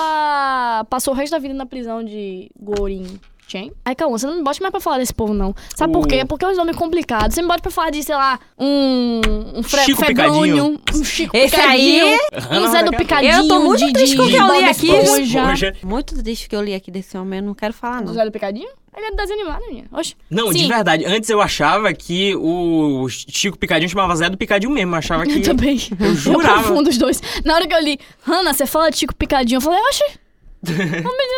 C: Ela passou o resto da vida na prisão de Gorin. Chen. Ai, calma, você não me bote mais pra falar desse povo, não. Sabe por
B: O-
C: quê? Porque é um nome complicado. Você me bota pra falar de, sei lá, um. Um fre
B: Chico
C: Febrônio, um Chico
A: Esse
C: Picadinho.
A: aí-
C: Um Zé do Picadinho.
A: Eu tô muito
C: de,
A: triste
C: de,
A: com o que eu
C: de
A: li
C: Bob
A: aqui.
C: Esponja.
B: Esponja.
A: Muito triste que eu li aqui desse homem, eu não quero falar,
C: Do
A: não.
C: Zé do Picadinho? Ele é desanimado, menina. Oxe.
B: Não, de
C: Sim.
B: verdade. Antes eu achava que o Chico Picadinho chamava Zé do Picadinho mesmo. Eu achava que.
C: Eu também.
B: Eu jurava.
C: Eu confundo os dois. Na hora que eu li, Hanna, você fala de Chico Picadinho, eu falei, oxe. Homem,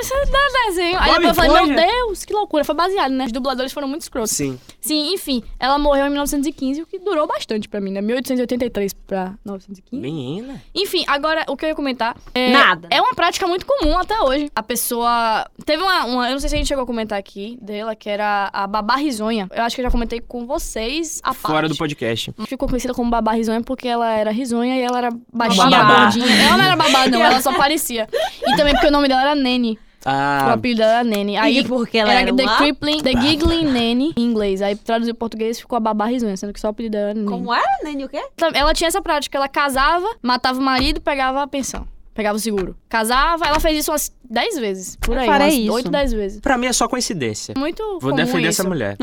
C: isso dá desenho. Aí
B: Bob
C: depois eu falei, meu
B: Esponja.
C: Deus, que loucura. Foi baseado, né? Os dubladores foram muito escrotos.
B: Sim.
C: Sim, enfim, ela morreu em 1915, o que durou bastante pra mim, né? 1883 pra 1915.
B: Menina.
C: Enfim, agora o que eu ia comentar é.
A: Nada.
C: É uma prática muito comum até hoje. A pessoa. Teve uma, uma- Eu não sei se a gente chegou a comentar aqui dela, que era a Babá Risonha. Eu acho que eu já comentei com vocês a
B: Fora
C: parte.
B: do podcast.
C: Ficou conhecida como babá risonha porque ela era risonha e ela era baixinha,
B: babá.
C: gordinha. Ela não era babá, não, ela só parecia. E também porque o nome dela era Nene. O
B: Ah,
C: apelido dela era Nene. Aí
A: e porque ela era,
C: The
A: uma...
C: Crippling, The Giggling Nene em inglês. Aí traduziu em português ficou a babá risonha, sendo que só o apelido dela era Nene. Então,
A: Como era, Nene? O quê?
C: Ela tinha essa prática, ela casava, matava o marido, pegava a pensão. Pegava o seguro. Casava, ela fez isso umas 10 vezes, por
A: Eu
C: aí,
A: farei
C: umas
A: isso.
C: 8, 10 vezes.
B: pra mim é só coincidência.
C: Muito
B: Vou
C: comum
B: defender
C: isso,
B: essa mulher.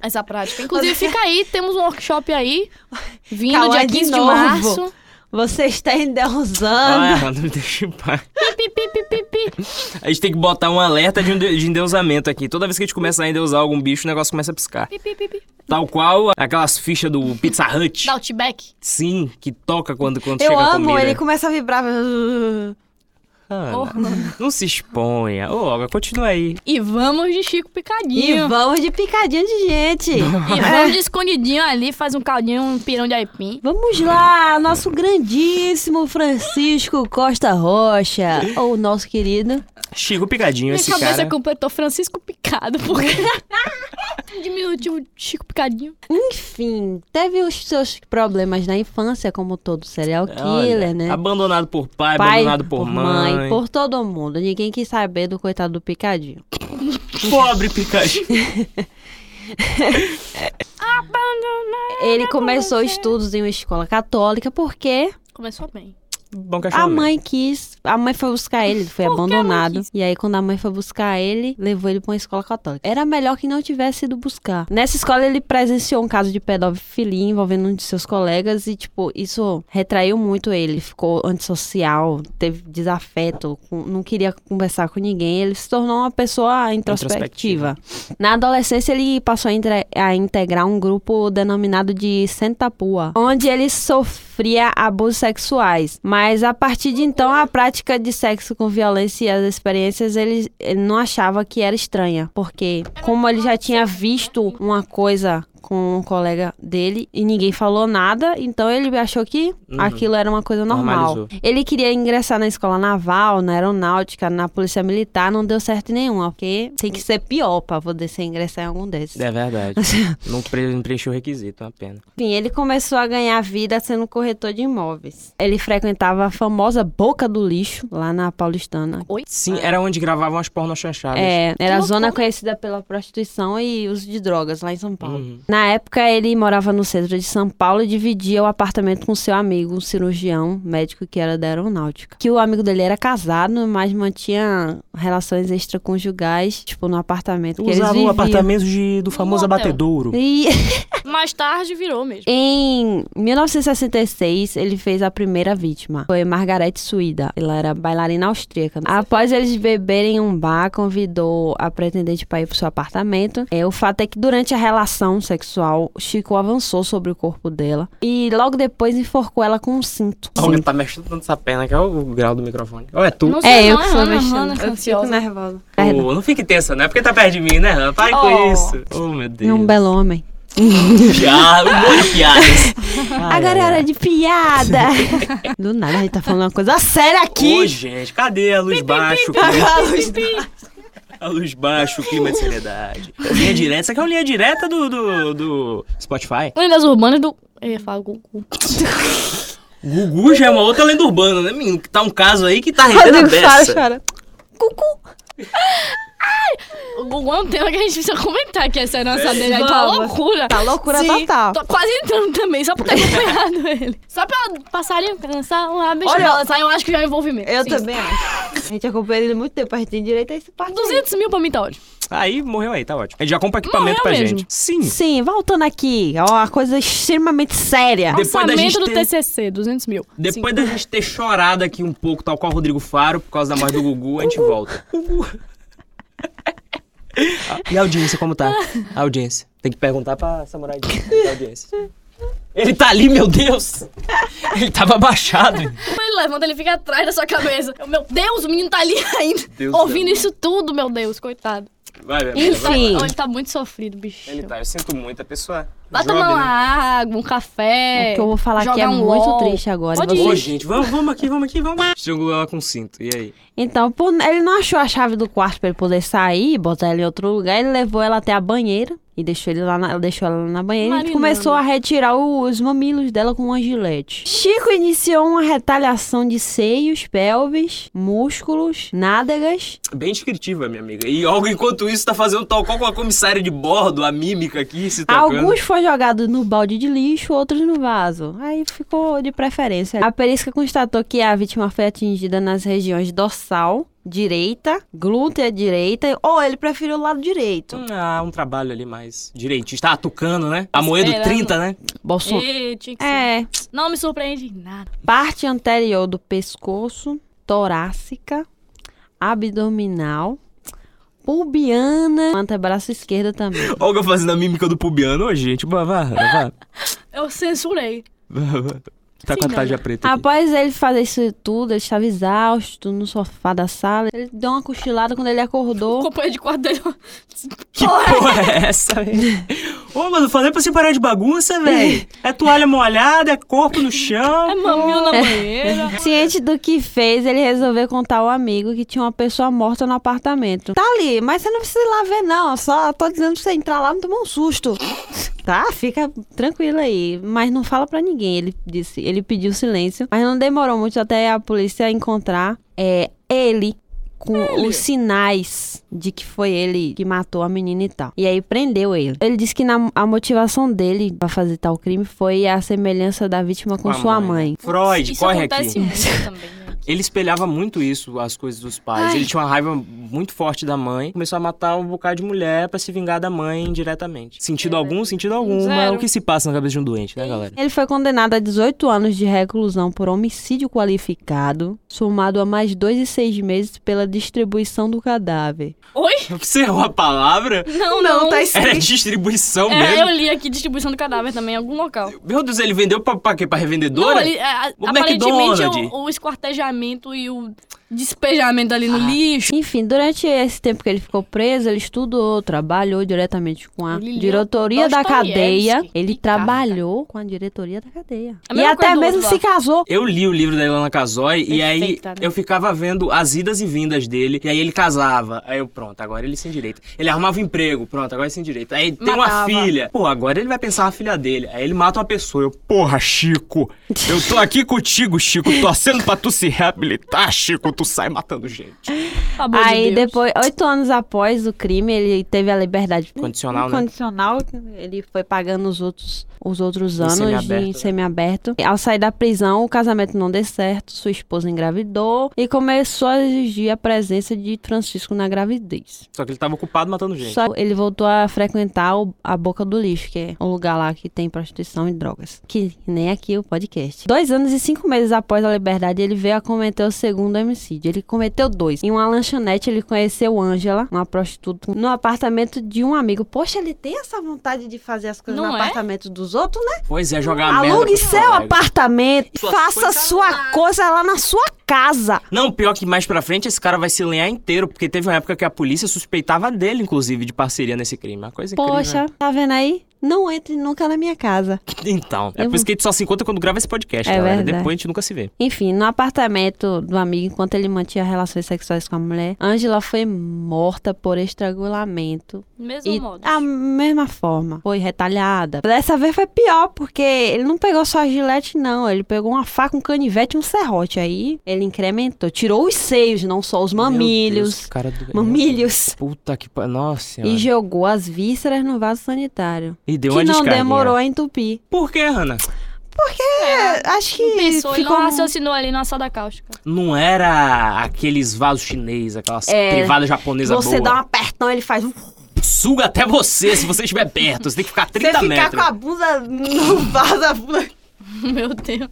C: essa prática. Inclusive, fica aí, temos um workshop aí, vindo
A: Calma,
C: dia
A: de
C: 15 de,
A: novo.
C: março.
A: Você está endeusando.
B: Ah, não me deixa em paz.
C: Pi, pi, pi, pi, pi.
B: A gente tem que botar um alerta de, um de- de endeusamento aqui. Toda vez que a gente começa a endeusar algum bicho, o negócio começa a piscar.
C: Pi, pi, pi, pi.
B: Tal qual aquelas fichas do Pizza Hut.
C: Da Outback.
B: Sim, que toca quando, quando
A: eu
B: chega a
A: amo,
B: comida.
A: ele começa a vibrar.
B: Ana,
C: Oh.
B: não se exponha. Ô, Olga, continua aí.
C: E vamos de Chico
A: E
C: Picadinho.
A: vamos de picadinha de gente.
C: E vamos de escondidinho ali, faz um caldinho, um pirão de aipim.
A: Vamos lá, nosso grandíssimo Francisco Costa Rocha. Ou nosso querido.
B: Chico Picadinho,
C: Minha
B: esse
C: cabeça
B: cara.
C: completou Francisco Picado, porque... Diminutivo de Chico Picadinho.
A: Enfim, teve os seus problemas na infância, como todo serial killer,
B: É, Olha,
A: né?
B: Abandonado por pai, abandonado por, mãe.
A: por todo mundo. Ninguém quis saber do coitado do picadinho.
B: Pobre Picadinho.
A: Ele começou estudos em uma escola católica porque
C: Começou bem.
B: Bom cachorro.
A: a mãe quis. A mãe foi buscar ele, ele foi
C: Por que a mãe
A: abandonado.
C: quis?
A: E aí, quando a mãe foi buscar ele, levou ele pra uma escola católica. Era melhor que não tivesse ido buscar. Nessa escola, ele presenciou um caso de pedofilia envolvendo um de seus colegas e, tipo, isso retraiu muito ele. Ficou antissocial, teve desafeto, com- não queria conversar com ninguém. Ele se tornou uma pessoa introspectiva. Na adolescência, ele passou a, entre- a integrar um grupo denominado de Sentapua, onde ele sofria abusos sexuais. Mas a partir de então, a prática de sexo com violência e as experiências, ele, ele não achava que era estranha, porque como ele já tinha visto uma coisa com um colega dele e ninguém falou nada, então ele achou que
B: Uhum.
A: aquilo era uma coisa normal.
B: Normalizou.
A: Ele queria ingressar na escola naval, na aeronáutica, na polícia militar, não deu certo nenhuma, porque tem que ser pior pra poder ser ingressar em algum desses.
B: É verdade. não, pre- não preencheu o requisito, é uma pena.
A: Enfim, ele começou a ganhar vida sendo corretor de imóveis. Ele frequentava a famosa Boca do Lixo, lá na Paulistana.
C: Oi?
B: Sim, era onde gravavam as porno chanchadas.
A: É, era a
C: loucura.
A: zona conhecida pela prostituição e uso de drogas lá em São Paulo.
B: Uhum.
A: Na época, ele morava no centro de São Paulo e dividia o apartamento com seu amigo, um cirurgião, médico que era da aeronáutica. Que o amigo dele era casado, mas mantinha relações extraconjugais, tipo, no apartamento que eles
B: Usava o
A: viviam.
B: apartamento de- do famoso
C: Motel.
B: abatedouro.
A: E
C: Mais tarde virou mesmo.
A: em 1966, ele fez a primeira vítima. Foi Margaret Suída. Ela era bailarina austríaca. Após eles beberem em um bar, convidou a pretendente para ir pro seu apartamento. É, o fato é que durante a relação sexual, Chico avançou sobre o corpo dela e logo depois enforcou ela com um cinto.
B: Alguém tá mexendo tanto essa perna que é o grau do microfone. Ou é tu?
C: Não
A: É,
C: sei,
A: eu
C: não,
A: que
C: é
A: sou
C: Hannah,
A: mexendo.
C: Hannah, que
A: Eu fico
C: ansiosa.
A: nervosa.
B: Pô, não fique tensa, né? Porque tá perto de mim, né? Hannah? Para
C: Oh.
B: com isso. Oh, meu Deus.
A: É um belo homem.
B: Piada, um monte de piadas. Ai,
A: Agora é
B: ai, ai.
A: hora de piada. Do nada, a gente tá falando uma coisa séria aqui.
B: Ô, gente, cadê a luz baixa? o clima- A luz baixa, o clima de seriedade. Linha direta. Isso aqui é uma linha direta do, do, do Spotify.
C: Lendas urbanas do. Eu ia falar Gugu.
B: Gugu já é uma outra lenda urbana, né, menino? Que tá um caso aí que tá rendendo a
A: Rodrigo chora,
B: beça.
A: chora. Cucu.
C: O Gugu é um tema que a gente precisa comentar, que essa é a nossa dele. aí Tá
A: Vamos.
C: loucura.
A: Tá loucura
C: Sim.
A: total.
C: Tô quase entrando também, só por ter acompanhado ele. Só pela passarinho lançar um bicho
A: Olha-
C: Olha, lançar, eu acho que já é envolvimento.
A: Eu
C: Sim.
A: também acho. A gente acompanha ele muito tempo, a gente tem direito a esse partido.
C: 200 mil pra mim tá ótimo.
B: Aí morreu aí, tá ótimo. A gente já compra equipamento
C: Morreu
B: pra
C: mesmo.
B: gente. Sim.
A: Sim, voltando aqui, ó, uma coisa extremamente séria.
B: Depois da gente
C: Orçamento do
B: ter-
C: TCC, 200 mil.
B: Depois da gente ter chorado aqui um pouco, tal qual o Rodrigo Faro, por causa da morte do Gugu, a gente volta. Ah, E a audiência, como tá? A audiência. Tem que perguntar pra Samurai Jack, como tá a audiência. Ele tá ali, meu Deus! Ele tava abaixado.
C: Quando ele levanta, ele fica atrás da sua cabeça. Eu, meu Deus, o menino tá ali ainda.
D: Deus
C: ouvindo isso tudo, meu Deus, coitado.
B: Vai, vai, vai, vai.
A: Enfim,
C: Ele tá muito sofrido, bicho.
B: Ele tá, eu sinto muito a pessoa.
C: Vai
B: joga,
C: tomar uma
B: né?
C: água, um café.
A: o que eu vou falar aqui
C: jogar
A: é
C: um
A: muito
C: LOL.
A: triste agora.
C: Pode
A: Você-
B: Ô, gente, vamos, vamos aqui, vamos aqui, vamos. Estrangulou ela com cinto, e aí?
A: Então, por- ele não achou a chave do quarto pra ele poder sair, botar ela em outro lugar. Ele levou ela até a banheira e deixou, ele lá na, deixou ela lá na banheira e
C: Marinando.
A: começou a retirar o- os mamilos dela com uma gilete. Chico iniciou uma retaliação de seios, pelvis, músculos, nádegas.
B: Bem descritiva, minha amiga. E algo enquanto isso tá fazendo tal qual com a comissária de bordo, a mímica aqui se tocando.
A: Alguns foram jogados no balde de lixo, outros no vaso. Aí ficou de preferência. A perícia constatou que a vítima foi atingida nas regiões dorsal, direita, glútea direita, ou ele preferiu o lado direito.
B: Ah, um trabalho ali mais direitista. Ah, tucano, né? A moeda do
C: Esperando.
B: 30, né?
A: Bolsonaro.
C: Ih, tinha que ser.
A: É,
C: Não me surpreende em nada.
A: parte anterior do pescoço, torácica, abdominal, pubiana, antebraço esquerdo também.
B: Olga fazendo a mímica do pubiano, ô, gente. Vá, vá, vá.
C: Eu censurei.
B: vá, vá. Tá com a
C: Sim, né?
B: tarja preta aqui.
A: Após ele fazer isso tudo, ele estava exausto no sofá da sala. Ele deu uma cochilada quando ele
C: O
A: acordou.
C: companheiro de quarto dele.
B: Que porra é essa, velho? Ô, mano, falei pra você parar de bagunça, velho. É toalha molhada, é corpo no
C: É
B: chão.
C: mamilo na banheira.
A: Ciente do que fez, ele resolveu contar ao amigo que tinha uma pessoa morta no apartamento. Tá ali, mas você não precisa ir lá ver, não. Só tô dizendo pra você entrar lá e não tomar um susto. Tá, fica tranquilo aí. Mas não fala pra ninguém, ele disse. Ele pediu silêncio. Mas não demorou muito até a polícia encontrar é, ele com os sinais de que foi ele que matou a menina e tal. E aí prendeu ele. Ele disse que na- a motivação dele pra fazer tal crime foi a semelhança da vítima com,
B: a
A: sua mãe. né?
B: Freud,
C: isso
B: corre
C: acontece
B: aqui.
C: muito também. né?
B: Ele espelhava muito isso, as coisas dos pais.
C: Ai.
B: Ele tinha uma raiva muito forte da mãe. Começou a matar um bocado de mulher pra se vingar da mãe diretamente. Sentido algum, sentido algum. Mas
C: É, né? Zero.
B: o que se passa na cabeça de um doente, né, galera?
A: Ele foi condenado a 18 anos de reclusão por homicídio qualificado, somado a mais dois e seis meses pela distribuição do cadáver.
C: Oi?
B: Você errou a palavra?
C: Não, não.
A: tá
B: Era distribuição
C: É, eu
B: mesmo.
C: li aqui distribuição do cadáver também em algum local.
B: Meu Deus, ele vendeu pra, pra quê? Pra revendedora?
C: Não, ele, a- a-
B: O
C: aparentemente
B: McDonald's.
C: o, o esquartejamento e o despejamento ali no
B: Ah.
C: lixo.
A: Enfim, durante esse tempo que ele ficou preso, ele estudou, trabalhou diretamente com a
C: Ele leu
A: diretoria da
C: Dostoiévski.
A: cadeia. Ele
C: Que cara.
A: trabalhou com a diretoria da cadeia.
C: A
A: E
C: mesma coisa
A: até
C: do
A: mesmo
C: outro
A: se casou.
B: Eu li o livro da Ilana Casoy e aí
C: Perfeita, né?
B: eu ficava vendo as idas e vindas dele. E aí ele casava. Aí eu, pronto, agora ele sem direito. Ele arrumava um emprego, pronto, agora ele sem direito. Aí tem uma
C: Matava.
B: filha. Pô, agora ele vai pensar na filha dele. Aí ele mata uma pessoa. Eu, porra, Chico, eu tô aqui contigo, Chico, torcendo pra tu se reabilitar, Chico, tu sai matando gente.
C: Pelo amor de
A: Aí
C: Deus.
A: depois, oito anos após o crime, ele teve a liberdade
B: Condicional, né?
A: incondicional. Ele foi pagando os outros, os outros
B: Em
A: anos
B: semiaberto,
A: de
B: né?
A: semiaberto. E Ao sair da prisão, o casamento não deu certo, sua esposa engravidou e começou a exigir a presença de Francisco na gravidez.
B: Só que ele tava ocupado matando gente.
A: Só ele voltou a frequentar o- a Boca do Lixo, que é um lugar lá que tem prostituição e drogas. Que nem aqui o podcast. Dois anos e cinco meses após a liberdade, ele veio a cometer o segundo homicídio. Ele cometeu dois. Em uma lanchonete, ele conheceu Ângela, uma prostituta, no apartamento de um amigo. Poxa, ele tem essa vontade de fazer as coisas
C: Não
A: no
C: é?
A: apartamento dos outros, né?
B: Pois é, jogar a merda.
A: Alugue
B: pros
A: seu
B: colegas.
A: apartamento,
B: Sua
A: faça
B: coisa
A: sua coisa lá na sua casa.
B: Não, pior que mais pra frente esse cara vai se lenhar inteiro, porque teve uma época que a polícia suspeitava dele, inclusive, de parceria nesse crime. Uma coisa incrível. né?
A: Poxa, tá vendo aí? Não entre nunca na minha casa.
B: Então, é
A: Eu
B: por
A: vou-
B: isso que a gente só se encontra quando grava esse podcast,
A: É
B: galera.
A: verdade.
B: Depois a gente nunca se vê.
A: Enfim, no apartamento do amigo, enquanto ele mantinha relações sexuais com a mulher, Angela foi morta por estrangulamento
C: Mesmo
A: E
C: modo.
A: a mesma forma. Foi retalhada. Dessa vez foi pior, porque ele não pegou só a gilete, não. Ele pegou uma faca, um canivete e um serrote. Aí ele incrementou. Tirou os seios, não só os
B: Meu Deus,
A: mamílios.
B: que cara do...
A: Mamílios.
B: Puta que pariu. Nossa senhora.
A: E jogou as vísceras no vaso sanitário.
B: E deu
A: que
B: uma
A: não
B: descarga. né?
A: demorou a entupir.
B: Por que, Ana?
A: É, acho que
C: Pensou, ele
A: ficou...
C: não raciocinou ali na soda cáustica.
B: Não era aqueles vasos chineses, aquelas
A: É,
B: privadas japonesas
A: Você
B: boas.
A: dá um apertão, ele faz um...
B: Suga até você, se você estiver perto. Você tem que ficar a 30
A: Você ficar
B: metros.
A: com a bunda no vaso... a bunda-
C: Meu Deus.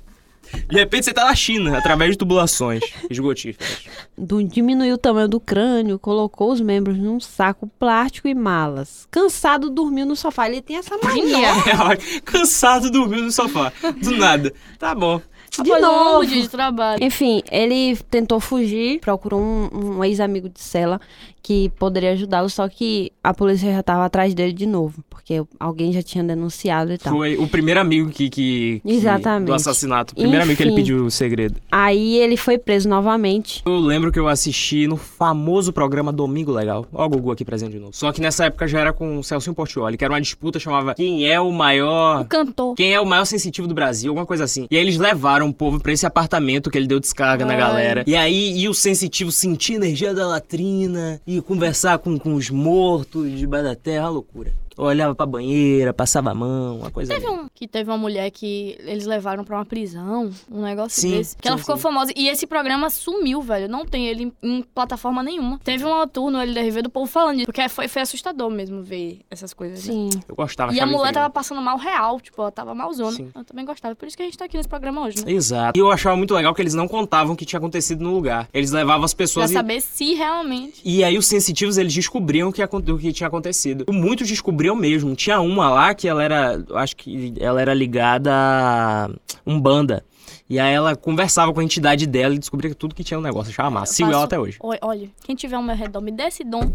B: De repente você tá na China, através de tubulações esgotíferas.
A: do- diminuiu o tamanho do crânio, colocou os membros num saco plástico e malas. Cansado, dormiu no sofá. Ele tem essa mania.
B: É, olha, cansado dormindo no sofá. Do nada. Tá bom.
A: De
C: Após um longo
A: novo.
C: dia de trabalho.
A: Enfim, ele tentou fugir, procurou um, um ex-amigo de cela que poderia ajudá-lo, só que a polícia já estava atrás dele de novo, porque alguém já tinha denunciado e tal.
B: Foi o primeiro amigo que. que, que-
A: Tá. Exatamente.
B: do assassinato. O primeiro amigo que ele
A: Enfim.
B: pediu o segredo.
A: Aí ele foi preso novamente.
B: Eu lembro que eu assisti no famoso programa Domingo Legal. Ó, o Gugu aqui presente de novo. Só que nessa época já era com o Celso Portioli, que era uma disputa chamava Quem é o maior.
C: Cantou.
B: Quem é o maior sensitivo do Brasil, alguma coisa assim. E aí eles levaram o povo pra esse apartamento que ele deu descarga na
C: Ai.
B: galera. E aí, e o sensitivo sentir a energia da latrina e conversar com, com os mortos debaixo da terra, uma loucura. Olhava pra banheira, passava a mão, uma coisa
C: Teve
B: ali.
C: um que teve uma mulher que eles levaram pra uma prisão, um negócio
B: Sim,
C: desse. Que
B: sim,
C: ela ficou
B: sim.
C: famosa. E esse programa sumiu, velho. Não tem ele em, em plataforma nenhuma. Teve uma tour no LDRV do povo falando disso. Porque foi, foi assustador mesmo ver essas coisas. né?
A: Sim.
B: Eu gostava
C: E a
B: achava
C: mulher
B: incrível.
C: tava passando mal real, tipo, ela tava malzona.
B: Sim.
C: Eu também gostava. Por isso que a gente tá aqui nesse programa hoje, né?
B: Exato. E eu achava muito legal que eles não contavam o que tinha acontecido no lugar. Eles levavam as
C: Pra
B: pessoas e
C: saber se realmente.
B: E aí os sensitivos, eles descobriam o que, acon- o que tinha acontecido. Muitos descobriam mesmo. Tinha uma lá que ela era, eu acho que ela era ligada a Umbanda. E aí ela conversava com a entidade dela e descobria tudo que tinha no negócio. Achava massa. Sigo
C: faço-
B: ela até hoje.
C: Oi, olha, quem tiver ao meu redor, me dê esse dom.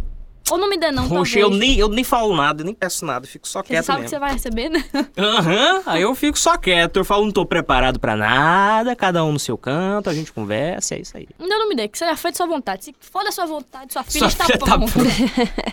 C: Ou não me dê, não.
B: Poxa, eu
C: um talvez.
B: nem, eu nem falo nada, eu nem peço nada, eu fico só
C: Porque você
B: quieto
C: sabe que
B: mesmo.
C: você vai receber, né?
B: Aham, aí eu fico só quieto. Eu falo, não tô preparado pra nada, cada um no seu canto, a gente conversa, é isso aí.
C: Não, não me dê, que será feito sua vontade. Se foda a sua vontade, sua filha
B: Sua
C: está
B: filha tá
C: pronta.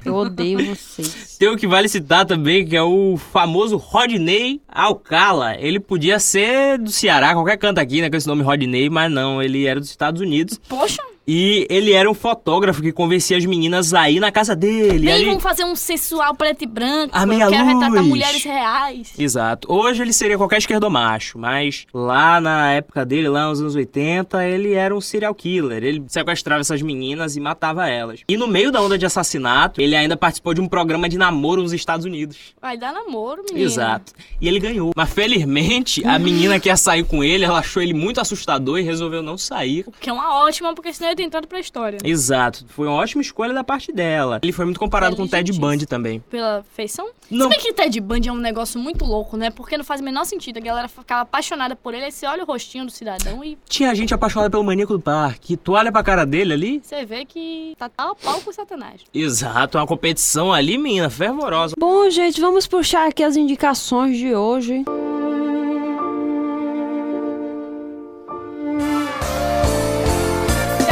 A: Eu odeio vocês.
B: Tem o que vale citar também, que é o famoso Rodney Alcala. Ele podia ser do Ceará, qualquer canto aqui, né, com esse nome Rodney, mas não, ele era dos Estados Unidos.
C: Poxa,
B: E ele era um fotógrafo que convencia as meninas aí na casa dele.
C: nem
B: aí-
C: vamos fazer um sensual preto e branco.
B: A
C: eu
B: meia
C: quero retratar
B: luz.
C: mulheres reais.
B: Exato. Hoje ele seria qualquer esquerdomacho, mas lá na época dele, lá nos anos 80, ele era um serial killer. Ele sequestrava essas meninas e matava elas. E no meio da onda de assassinato, ele ainda participou de um programa de namoro nos Estados Unidos.
C: Vai dar namoro, menina. Uhum.
B: Exato. E ele ganhou. Mas felizmente, a menina que ia sair com ele, ela achou ele muito assustador e resolveu não sair.
C: O que é uma ótima, porque senão ele tem entrado pra história.
B: Exato. Foi uma ótima escolha da parte dela. Ele foi muito comparado com o Ted Bundy também.
C: Pela feição?
B: Não.
C: Se bem que Ted Bundy é um negócio muito louco, né? Porque não faz o menor sentido. A galera ficava apaixonada por ele, aí você olha o rostinho do cidadão e
B: Tinha gente apaixonada pelo maníaco do parque. Tu olha pra cara dele ali.
C: você vê que tá tal pau com o satanás.
B: Exato, uma competição ali, menina, fervorosa.
A: Bom, gente, vamos puxar aqui as indicações de hoje.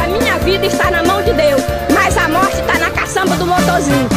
F: A minha vida está na mão de Deus, mas a morte está na caçamba do motorzinho.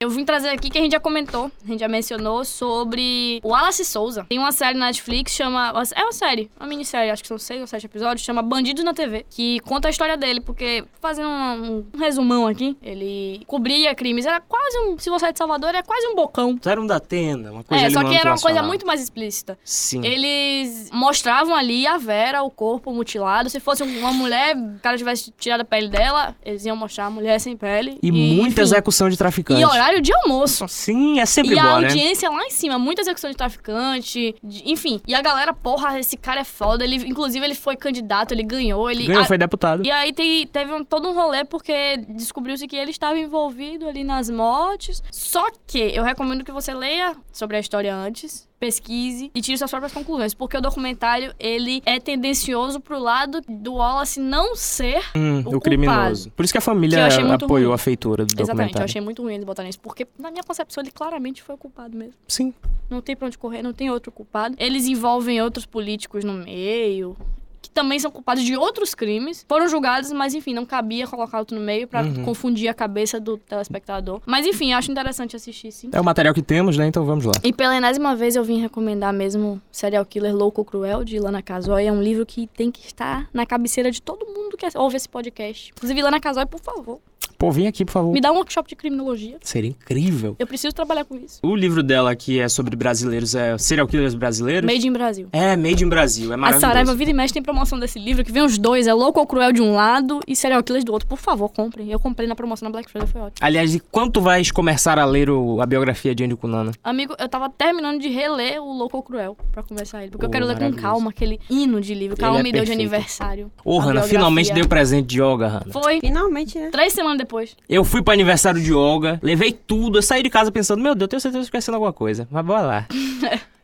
C: Eu vim trazer aqui que a gente já comentou, a gente já mencionou sobre o Wallace Souza. Tem uma série na Netflix chama. É uma série, uma minissérie, acho que são seis ou sete episódios, chama Bandidos na TV, que conta a história dele, porque, fazendo um, um resumão aqui, ele cobria crimes. Era quase um. Se você é de Salvador, era quase um bocão.
B: Tu era um da tenda, uma coisa
C: é,
B: ali
C: só
B: no
C: que era uma coisa
B: nacional.
C: muito mais explícita.
B: Sim.
C: Eles mostravam ali a Vera, o corpo mutilado. Se fosse uma mulher, o cara tivesse tirado a pele dela, eles iam mostrar a mulher sem pele.
B: E muita
C: enfim.
B: execução de traficante.
C: E horário horário de almoço.
B: Sim, é sempre
C: e
B: bom,
C: a
B: né?
C: audiência lá em cima, muita execução de traficante, de- enfim. E a galera, porra, esse cara é foda. Ele, inclusive, ele foi candidato, ele ganhou, ele.
B: Ganhou,
C: a-
B: foi deputado.
C: E aí tem- teve um- todo um rolê porque descobriu-se que ele estava envolvido ali nas mortes. Só que eu recomendo que você leia sobre a história antes, pesquise e tire suas próprias conclusões, porque o documentário ele é tendencioso pro lado do Wallace não ser
B: Hum,
C: o
B: o criminoso. Por isso que a
C: Que eu
B: família
C: achei muito
B: apoiou
C: ruim.
B: a feitura do
C: Exatamente, eu
B: documentário.
C: achei muito ruim eles botarem isso, porque na minha concepção ele claramente foi o culpado mesmo.
B: Sim.
C: Não tem pra onde correr, não tem outro culpado. Eles envolvem outros políticos no meio, que também são culpados de outros crimes. Foram julgados, mas enfim, não cabia colocar outro no meio pra
B: Uhum.
C: confundir a cabeça do telespectador. Mas enfim, acho interessante assistir, sim.
B: É o material que temos, né? Então vamos lá.
C: E pela enésima vez eu vim recomendar mesmo Serial Killer Louco Cruel, de Lana Casoy. É um livro que tem que estar na cabeceira de todo mundo que ouve esse podcast. Inclusive, Lana Casoy, por favor,
B: Pô, vem aqui, por favor.
C: me dá um workshop de criminologia.
B: Seria incrível.
C: Eu preciso trabalhar com isso.
B: O livro dela que é sobre brasileiros é Serial Killers Brasileiros.
C: Made in Brasil.
B: É, Made in Brasil. É
C: A
B: maravilhoso.
C: Saraiva Vida e Mexe tem promoção desse livro, que vem os dois, é Louco ou Cruel de um lado e Serial Killers do outro. Por favor, comprem. Eu comprei na promoção na Black Friday, foi ótimo.
B: Aliás, e quando tu vais começar a ler o- a biografia de Andy Cunana?
C: Amigo, eu tava terminando de reler o Louco ou Cruel pra começar ele,
B: Oh,
C: porque eu quero ler com
B: maravilhoso.
C: calma aquele hino de livro que
B: Ele
C: ela
B: é
C: me deu de
B: perfeito.
C: aniversário.
B: Ô,
C: A
B: Hanna,
C: biografia.
B: finalmente deu presente de Olga, Hanna.
C: Foi
A: Finalmente, né?
C: três semanas depois.
B: Eu fui pro aniversário de Olga, levei tudo, eu saí de casa pensando, meu Deus, tenho certeza que eu esquecendo alguma coisa. Mas bora lá.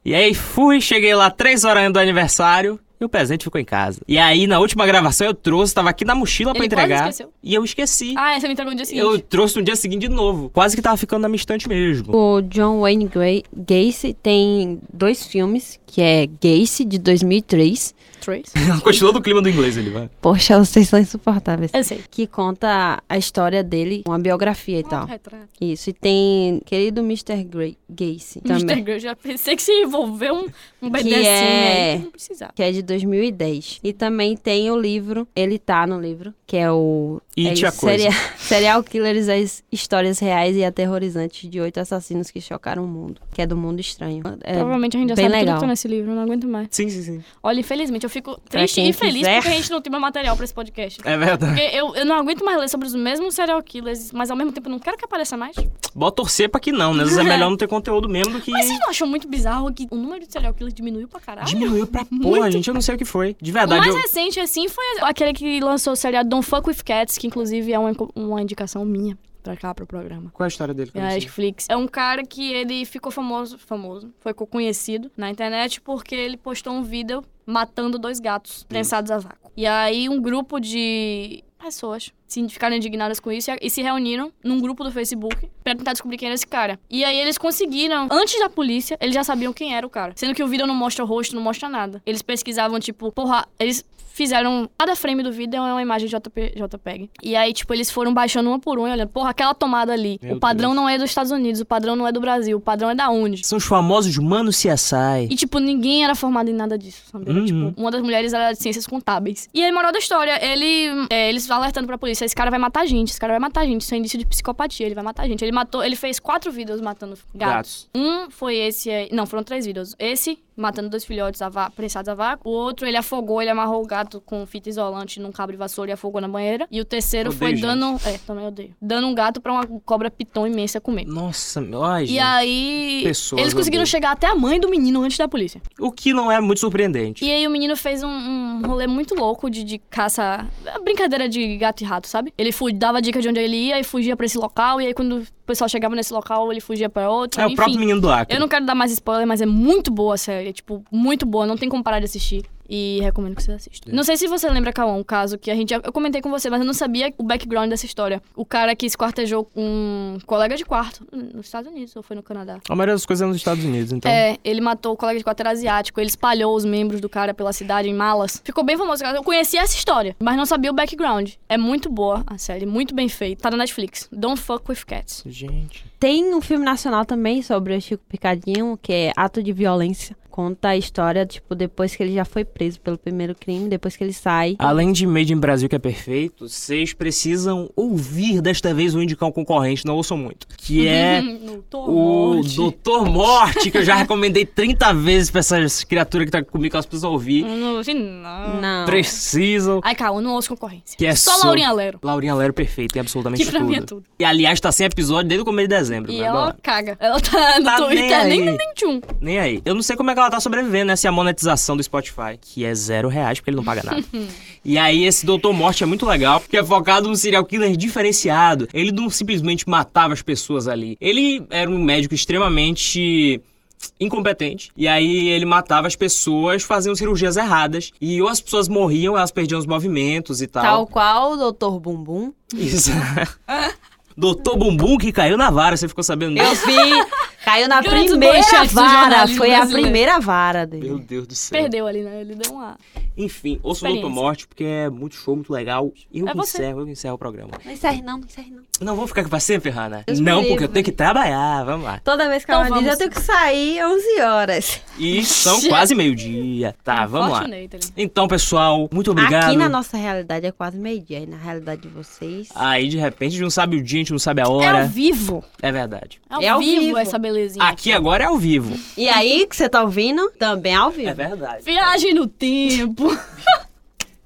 B: e aí fui, cheguei lá três horas antes do aniversário e o presente ficou em casa. E aí, na última gravação, eu trouxe, tava aqui na mochila pra
C: Ele quase
B: entregar.
C: esqueceu.
B: E eu esqueci.
C: Ah, você me entregou no dia
B: eu
C: seguinte.
B: trouxe no dia seguinte de novo. Quase que tava ficando na minha estante mesmo.
A: O John Wayne Gra- Gacy tem dois filmes, que é Gacy, de 2003.
C: Três?
B: Continuou do clima do inglês ali, vai.
A: Poxa, vocês são insuportáveis.
C: Eu sei.
A: Que conta a história dele, uma biografia e
C: Um
A: tal.
C: retrato.
A: Isso, e tem querido Mr. Gra- Gacy também.
C: Mr. Girl, já pensei que se envolveu um, um BDSM
A: é-
C: aí que não precisava.
A: Que é de 2010. E também tem o livro, ele tá no livro, que é o.
B: E
A: é
B: tinha
A: isso,
B: coisa.
A: seria- Serial Killers, as histórias reais e aterrorizantes de oito assassinos que chocaram o mundo. Que é do mundo estranho. É,
C: Provavelmente a gente já
A: bem
C: sabe tudo
A: legal.
C: que tá nesse livro, eu não aguento mais.
B: Sim, sim, sim.
C: Olha, infelizmente, eu fico
A: Pra
C: triste
A: quem
C: e feliz
A: quiser.
C: porque a gente não tem mais material pra esse podcast.
B: É verdade.
C: Porque eu, eu não aguento mais ler sobre os mesmos serial killers, mas ao mesmo tempo eu não quero que apareça mais.
B: Bota torcer pra que não, né? Às vezes é melhor não ter conteúdo mesmo do que.
C: Mas vocês não acham muito bizarro que o número de serial killers diminuiu pra caralho?
B: Diminuiu pra porra,
C: Muito.
B: gente. Eu não sei o que foi. De
C: O
B: verdade,
C: mais
B: eu.
C: recente, assim, foi aquele que lançou o seriado Don't Fuck With Cats, que inclusive é uma, uma indicação minha pra cá, pro programa.
B: Qual é a história dele? que eu
C: na
B: não sei?
C: Netflix. É um cara que ele ficou famoso, famoso, foi co- conhecido na internet porque ele postou um vídeo matando dois gatos prensados a vácuo. E aí um grupo de pessoas se ficaram indignadas com isso e- e se reuniram num grupo do Facebook pra tentar descobrir quem era esse cara. E aí eles conseguiram, antes da polícia, eles já sabiam quem era o cara. Sendo que o vídeo não mostra o rosto, não mostra nada. Eles pesquisavam, tipo, porra, eles fizeram. Cada frame do vídeo é uma imagem de JP, JPEG. E aí, tipo, eles foram baixando uma por uma e olhando, porra, aquela tomada ali.
B: Meu
C: o padrão não é dos Estados Unidos, o padrão não é do Brasil, o padrão é da onde?
B: São os famosos Mano CSI.
C: E, tipo, ninguém era formado em nada disso, sabe? Era,
B: Uhum.
C: Tipo, uma das mulheres era de ciências contábeis. E aí, moral da história, ele... é, eles alertando pra polícia, esse cara vai matar gente, esse cara vai matar gente, isso é indício de psicopatia, ele vai matar gente. Ele matou... Ele fez quatro vídeos matando gatos. Um foi esse aí. Não, foram três vídeos. Esse, matando dois filhotes a va- prensados a vácuo. O outro, ele afogou, ele amarrou o gato com fita isolante num cabo de vassoura e afogou na banheira. E o terceiro
B: Odeio,
C: foi
B: gente.
C: dando. É, também odeio. Dando um gato pra uma cobra piton imensa comer.
B: Nossa, meu- ai,
C: E
B: gente.
C: aí,
B: Pessoas,
C: eles
B: meu
C: conseguiram
B: Deus.
C: chegar até a mãe do menino antes da polícia.
B: O que não é muito surpreendente.
C: E aí o menino fez um, um rolê muito louco de, de caça, é brincadeira de gato e rato, sabe? Ele fu- dava dica de onde ele ia e fugia pra esse local, e aí quando o pessoal chegava nesse local, ele fugia pra outro,
B: é
C: enfim.
B: o próprio menino do Acre.
C: Eu não quero dar mais spoiler, mas é muito boa a série. Tipo, muito boa. Não tem como parar de assistir. E recomendo que você
B: É.
C: assista. Não sei se você lembra, Cauã, um caso que a gente. Eu comentei com você, mas eu não sabia o background dessa história. O cara que esquartejou um colega de quarto hum, nos Estados Unidos, ou foi no Canadá.
B: A maioria das coisas é nos Estados Unidos, então.
C: É, ele matou o colega de quarto era asiático, ele espalhou os membros do cara pela cidade em malas. Ficou bem famoso. Eu conhecia essa história, mas não sabia o background. É muito boa a série, muito bem feita. Tá na Netflix. Don't fuck with cats.
B: Gente.
A: Tem um filme nacional também sobre o Chico Picadinho, que é Ato de Violência. Conta a história, tipo, depois que ele já foi preso pelo primeiro crime, depois que ele sai.
B: Além de Made in Brasil, que é perfeito, vocês precisam ouvir desta vez o indicar um concorrente, não ouçam muito.
C: Uhum.
B: Que é o Doutor Morte, que eu já recomendei 30 vezes pra essas criaturas que tá comigo, que elas precisam ouvir.
C: Não, não.
A: Não.
B: Precisam.
C: Ai, calma, não ouço concorrência.
B: Que é
C: Só
B: sobre-
C: Laurinha Lero.
B: Laurinha Lero perfeito, tem absolutamente
C: Que pra mim é tudo.
B: E aliás, tá sem episódio desde o começo de dezembro,
C: E
B: né?
C: ela
B: Bora.
C: caga. Ela tá no
B: Tá
C: Twitter,
B: nem
C: nem
B: aí.
C: no 21.
B: Nem aí. Eu não sei como é que ela tá sobrevivendo, né? Se a monetização do Spotify, que é zero reais, porque ele não paga nada. e aí, esse Doutor Morte é muito legal, porque é focado num serial killer diferenciado. Ele não simplesmente matava as pessoas ali. Ele era um médico extremamente incompetente. E aí ele matava as pessoas fazendo cirurgias erradas. E ou as pessoas morriam, elas perdiam os movimentos e
A: Tal qual o Doutor Bumbum.
B: Isso. Doutor Bumbum que caiu na vara, você ficou sabendo
A: Eu
B: disso?
A: vi. Caiu na
C: Grande
A: primeira
C: manchete do
A: vara.
C: jornalismo
A: Foi a
C: brasileiro.
A: primeira vara dele.
B: Deus do céu.
C: Perdeu ali, né? Ele deu uma.
B: Enfim, ouça o Doutor
C: Experiência.
B: Morte, porque é muito show, muito legal. E eu
C: É
B: que
C: você.
B: encerro, eu que encerro o programa.
A: Não encerre não, não encerre não.
B: Não vou ficar aqui pra sempre, Rana.
A: Deus me
B: Não,
A: livre.
B: porque eu
C: né?
B: tenho que trabalhar, vamos lá.
A: Toda vez que
C: Então
A: ela diz,
C: vamos.
A: eu tenho que sair 11 horas.
B: E são quase meio-dia. Tá, vamos lá.
C: Fortunate ali.
B: Então, pessoal, muito obrigado.
A: Aqui na nossa realidade é quase meio-dia. E na realidade de vocês...
B: Aí, de repente, a gente não sabe o dia, a gente não sabe a
C: É ao
B: hora.
C: vivo.
B: É verdade.
C: É ao,
A: É ao
C: vivo,
A: vivo.
C: essa belezinha.
B: Aqui agora é ao vivo. É
A: E aí, que você tá ouvindo, também ao vivo.
B: verdade.
C: Viagem no tempo.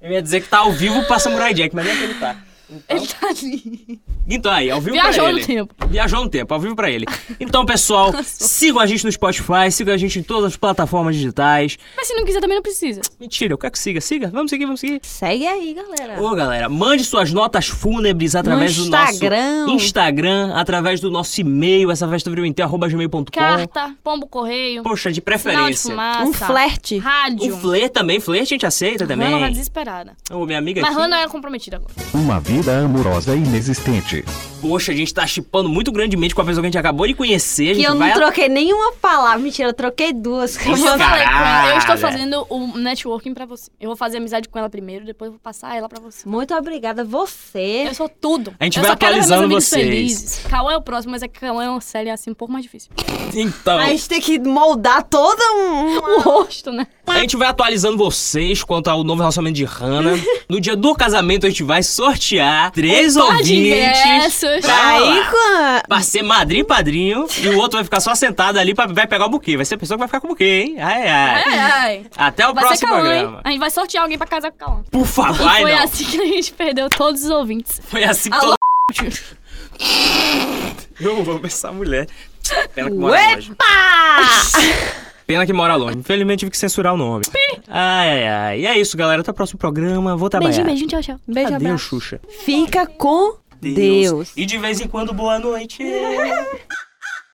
B: Eu ia dizer que tá ao vivo pra Samurai Jack, mas nem é que ele tá.
C: Ele tá ali.
B: Então aí, ao vivo
C: Viajou
B: pra
C: no
B: ele.
C: tempo.
B: Viajou no tempo, ao vivo pra ele. Então, pessoal, sigam a gente no Spotify, sigam a gente em todas as plataformas digitais.
C: Mas se não quiser também não precisa.
B: Mentira, eu quero que siga, siga. Vamos seguir, vamos seguir.
A: Segue aí, galera.
B: Ô, galera, mande suas notas fúnebres através
A: no
B: do nosso
A: Instagram.
B: Instagram, através do nosso e-mail, essa festa arroba gmail.com.
C: Carta, pombo correio,
B: Poxa, de
C: sinal de
B: preferência.
C: fumaça.
A: um flerte.
B: O
C: Rádio.
B: flerte também, flerte a gente aceita também.
C: Rana vai desesperada.
B: Ô, minha amiga
C: Mas
B: aqui.
C: Rana é comprometida agora.
G: Uma vida amorosa inexistente.
B: Poxa, a gente tá chipando muito grandemente com a pessoa que a gente acabou de conhecer. A gente
A: Que eu
B: vai
A: não troquei nenhuma palavra. Mentira, eu troquei duas.
C: Eu já falei com ela, eu estou
B: Caralho.
C: fazendo o networking pra você. Eu vou fazer amizade com ela primeiro, depois eu vou passar ela pra você.
A: Muito obrigada, você.
C: Eu sou tudo.
B: A gente
C: eu
B: vai
C: só quero ver meus
B: atualizando
C: amigos
B: vocês.
C: felizes. Cauã é o próximo, mas é que Cauã é uma série assim um pouco mais difícil.
B: Então.
A: A gente tem que moldar todo um...
C: O rosto, né?
A: tá.
B: A gente vai atualizando vocês quanto ao novo relacionamento de Hannah. No dia do casamento, a gente vai sortear três
C: Um par de
A: é
B: ouvintes
C: ingressos.
B: pra,
A: Aí, com
B: pra ser madrinho e padrinho. E o outro vai ficar só sentado ali pra vai pegar o buquê. Vai ser a pessoa que vai ficar com o buquê, hein? Ai, ai.
C: Ai, ai.
B: Até o
C: Vai ser
B: próximo
C: Cauã, hein?
B: programa.
C: A gente vai sortear alguém pra casar com o Cauã.
B: Por favor. Ai,
C: Foi
B: não.
C: assim que a gente perdeu todos os ouvintes.
B: Foi assim que
C: Alô?
B: todo... Eu vou ver essa mulher. Pena que mora longe.
A: Epa!
B: Pena que mora longe. Infelizmente, tive que censurar o nome. Ai, ai, ai. E é isso, galera. Até o próximo programa. Vou trabalhar.
C: Beijinho, beijinho, tchau, tchau.
A: Beijo,
B: Adeus,
A: abraço.
B: Xuxa.
A: Fica com Deus.
B: E de vez em quando, boa noite.